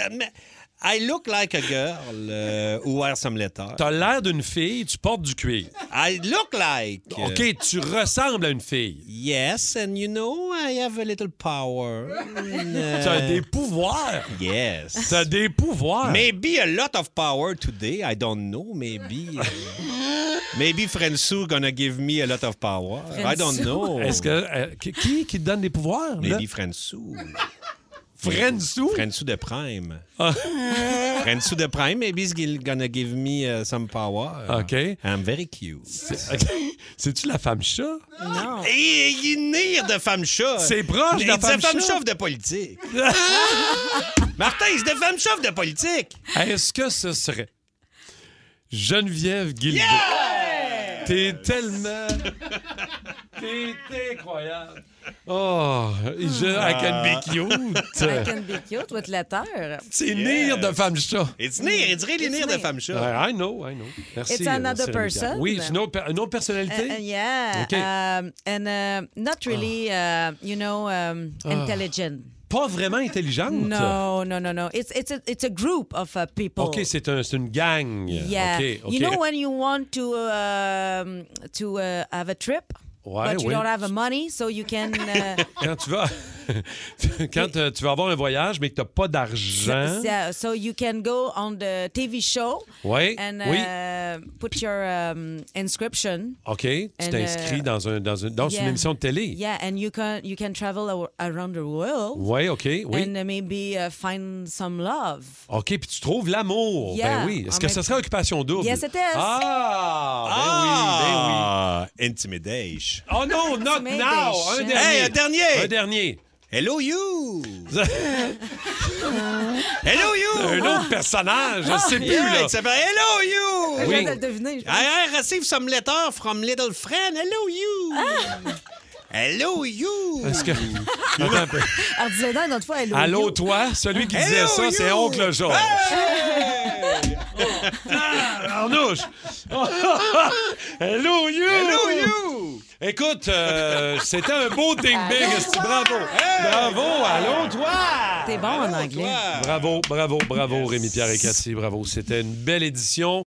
Speaker 9: I look like a girl uh, who wear some letter.
Speaker 3: T'as l'air d'une fille, tu portes du cuir.
Speaker 9: I look like. uh,
Speaker 3: OK, tu ressembles à une fille.
Speaker 9: Yes, and you know, I have a little power. and, uh,
Speaker 3: T'as des pouvoirs.
Speaker 9: Yes.
Speaker 3: T'as des pouvoirs.
Speaker 9: Maybe a lot of power today. I don't know. Maybe. uh, maybe François gonna give me a lot of power. I don't know.
Speaker 3: Est-ce que. euh, qui- qui qui te donne des pouvoirs? là?
Speaker 9: Maybe François.
Speaker 3: François?
Speaker 9: François de Prime.
Speaker 3: Ah.
Speaker 6: Euh.
Speaker 9: François de Prime, maybe he's gil- gonna give me uh, some power.
Speaker 3: OK.
Speaker 9: I'm very cute.
Speaker 3: C'est-tu la femme chat?
Speaker 6: Non.
Speaker 9: *laughs* Et il nire de femme chat.
Speaker 3: C'est proche de
Speaker 9: Il
Speaker 3: la
Speaker 9: disait
Speaker 3: femme
Speaker 9: femme
Speaker 3: chat.
Speaker 9: chauve *laughs* de politique. Martin, il disait femme chauve de politique.
Speaker 3: Est-ce que ce serait Geneviève Guilbeault? T'es tellement. T'es t'es incroyable. Oh, je, I can be
Speaker 6: I
Speaker 3: cute.
Speaker 6: can be cute with letter.
Speaker 3: Euh. C'est nire de femme chat.
Speaker 9: It's nire. It's really nire de femme chat.
Speaker 3: I I know, I know. Merci.
Speaker 6: It's
Speaker 3: euh,
Speaker 6: another
Speaker 3: merci, Rémi Pierre.
Speaker 6: person.
Speaker 3: Oui, c'est une autre, per- une autre personnalité.
Speaker 6: Uh, uh, yeah.
Speaker 3: OK.
Speaker 6: Um, and uh, not really, uh, you know, um,
Speaker 3: Ah.
Speaker 6: intelligent.
Speaker 3: Pas vraiment intelligente.
Speaker 6: No, no, no, no. It's it's a, it's a group of uh, people.
Speaker 3: OK, c'est un- c'est une gang.
Speaker 6: Yeah.
Speaker 3: OK, OK.
Speaker 6: You know when you want to um, to uh, have a trip,
Speaker 3: Ouais,
Speaker 6: but you
Speaker 3: oui.
Speaker 6: don't have the money, so you can. Uh,
Speaker 3: *laughs* Quand tu vas, quand euh, tu vas avoir un voyage, mais que tu n'as pas d'argent.
Speaker 6: yeah, so you can go on the TV show
Speaker 3: Ouais,
Speaker 6: and
Speaker 3: oui.
Speaker 6: uh, put your um, inscription.
Speaker 3: OK, tu
Speaker 6: And,
Speaker 3: t'inscris
Speaker 6: euh,
Speaker 3: dans, un, dans, un- dans une
Speaker 6: Yeah.
Speaker 3: émission de télé.
Speaker 6: Yeah, and you can you can travel au- around the world.
Speaker 3: Oui, OK, oui.
Speaker 6: And uh, maybe uh, find some love.
Speaker 3: OK, puis tu trouves l'amour.
Speaker 6: Yeah,
Speaker 3: Ben oui. Est-ce
Speaker 6: en
Speaker 3: que
Speaker 6: même-
Speaker 3: ce serait occupation double?
Speaker 6: Yes, it is.
Speaker 9: ben
Speaker 3: Ah,
Speaker 9: Ah, intimidation.
Speaker 3: ben oui, ben oui. Oh
Speaker 6: *laughs*
Speaker 3: non, not
Speaker 6: Maybe
Speaker 3: now!
Speaker 6: shall-
Speaker 3: Un dernier.
Speaker 9: Hey, un dernier.
Speaker 3: Un dernier.
Speaker 9: Hello
Speaker 3: *laughs*
Speaker 9: you. Hello you. Ah,
Speaker 3: Un autre personnage, je sais plus,
Speaker 9: Yeah,
Speaker 3: là.
Speaker 9: il s'appelle Hello you.
Speaker 3: Oui.
Speaker 6: Je viens de le deviner. je pense.
Speaker 9: I, I receive some letter from little friend. Hello you.
Speaker 6: Ah!
Speaker 9: Hello you.
Speaker 3: Est-ce que... *laughs* Attends un peu.
Speaker 6: En disant non, une autre fois, hello.
Speaker 3: Allô,
Speaker 6: you.
Speaker 3: toi? Celui qui disait
Speaker 9: Hello,
Speaker 3: ça, c'est
Speaker 9: you.
Speaker 3: Oncle Georges.
Speaker 9: Ah,
Speaker 3: Arnouche! *laughs* Hello, you!
Speaker 9: Hello you.
Speaker 3: Écoute, euh, c'était un beau ding-bing. esti, Bravo! Bravo! Allô, toi!
Speaker 6: T'es bon en anglais.
Speaker 3: Bravo, bravo, bravo, Rémi-Pierre et Cathy. Bravo, c'était une belle édition.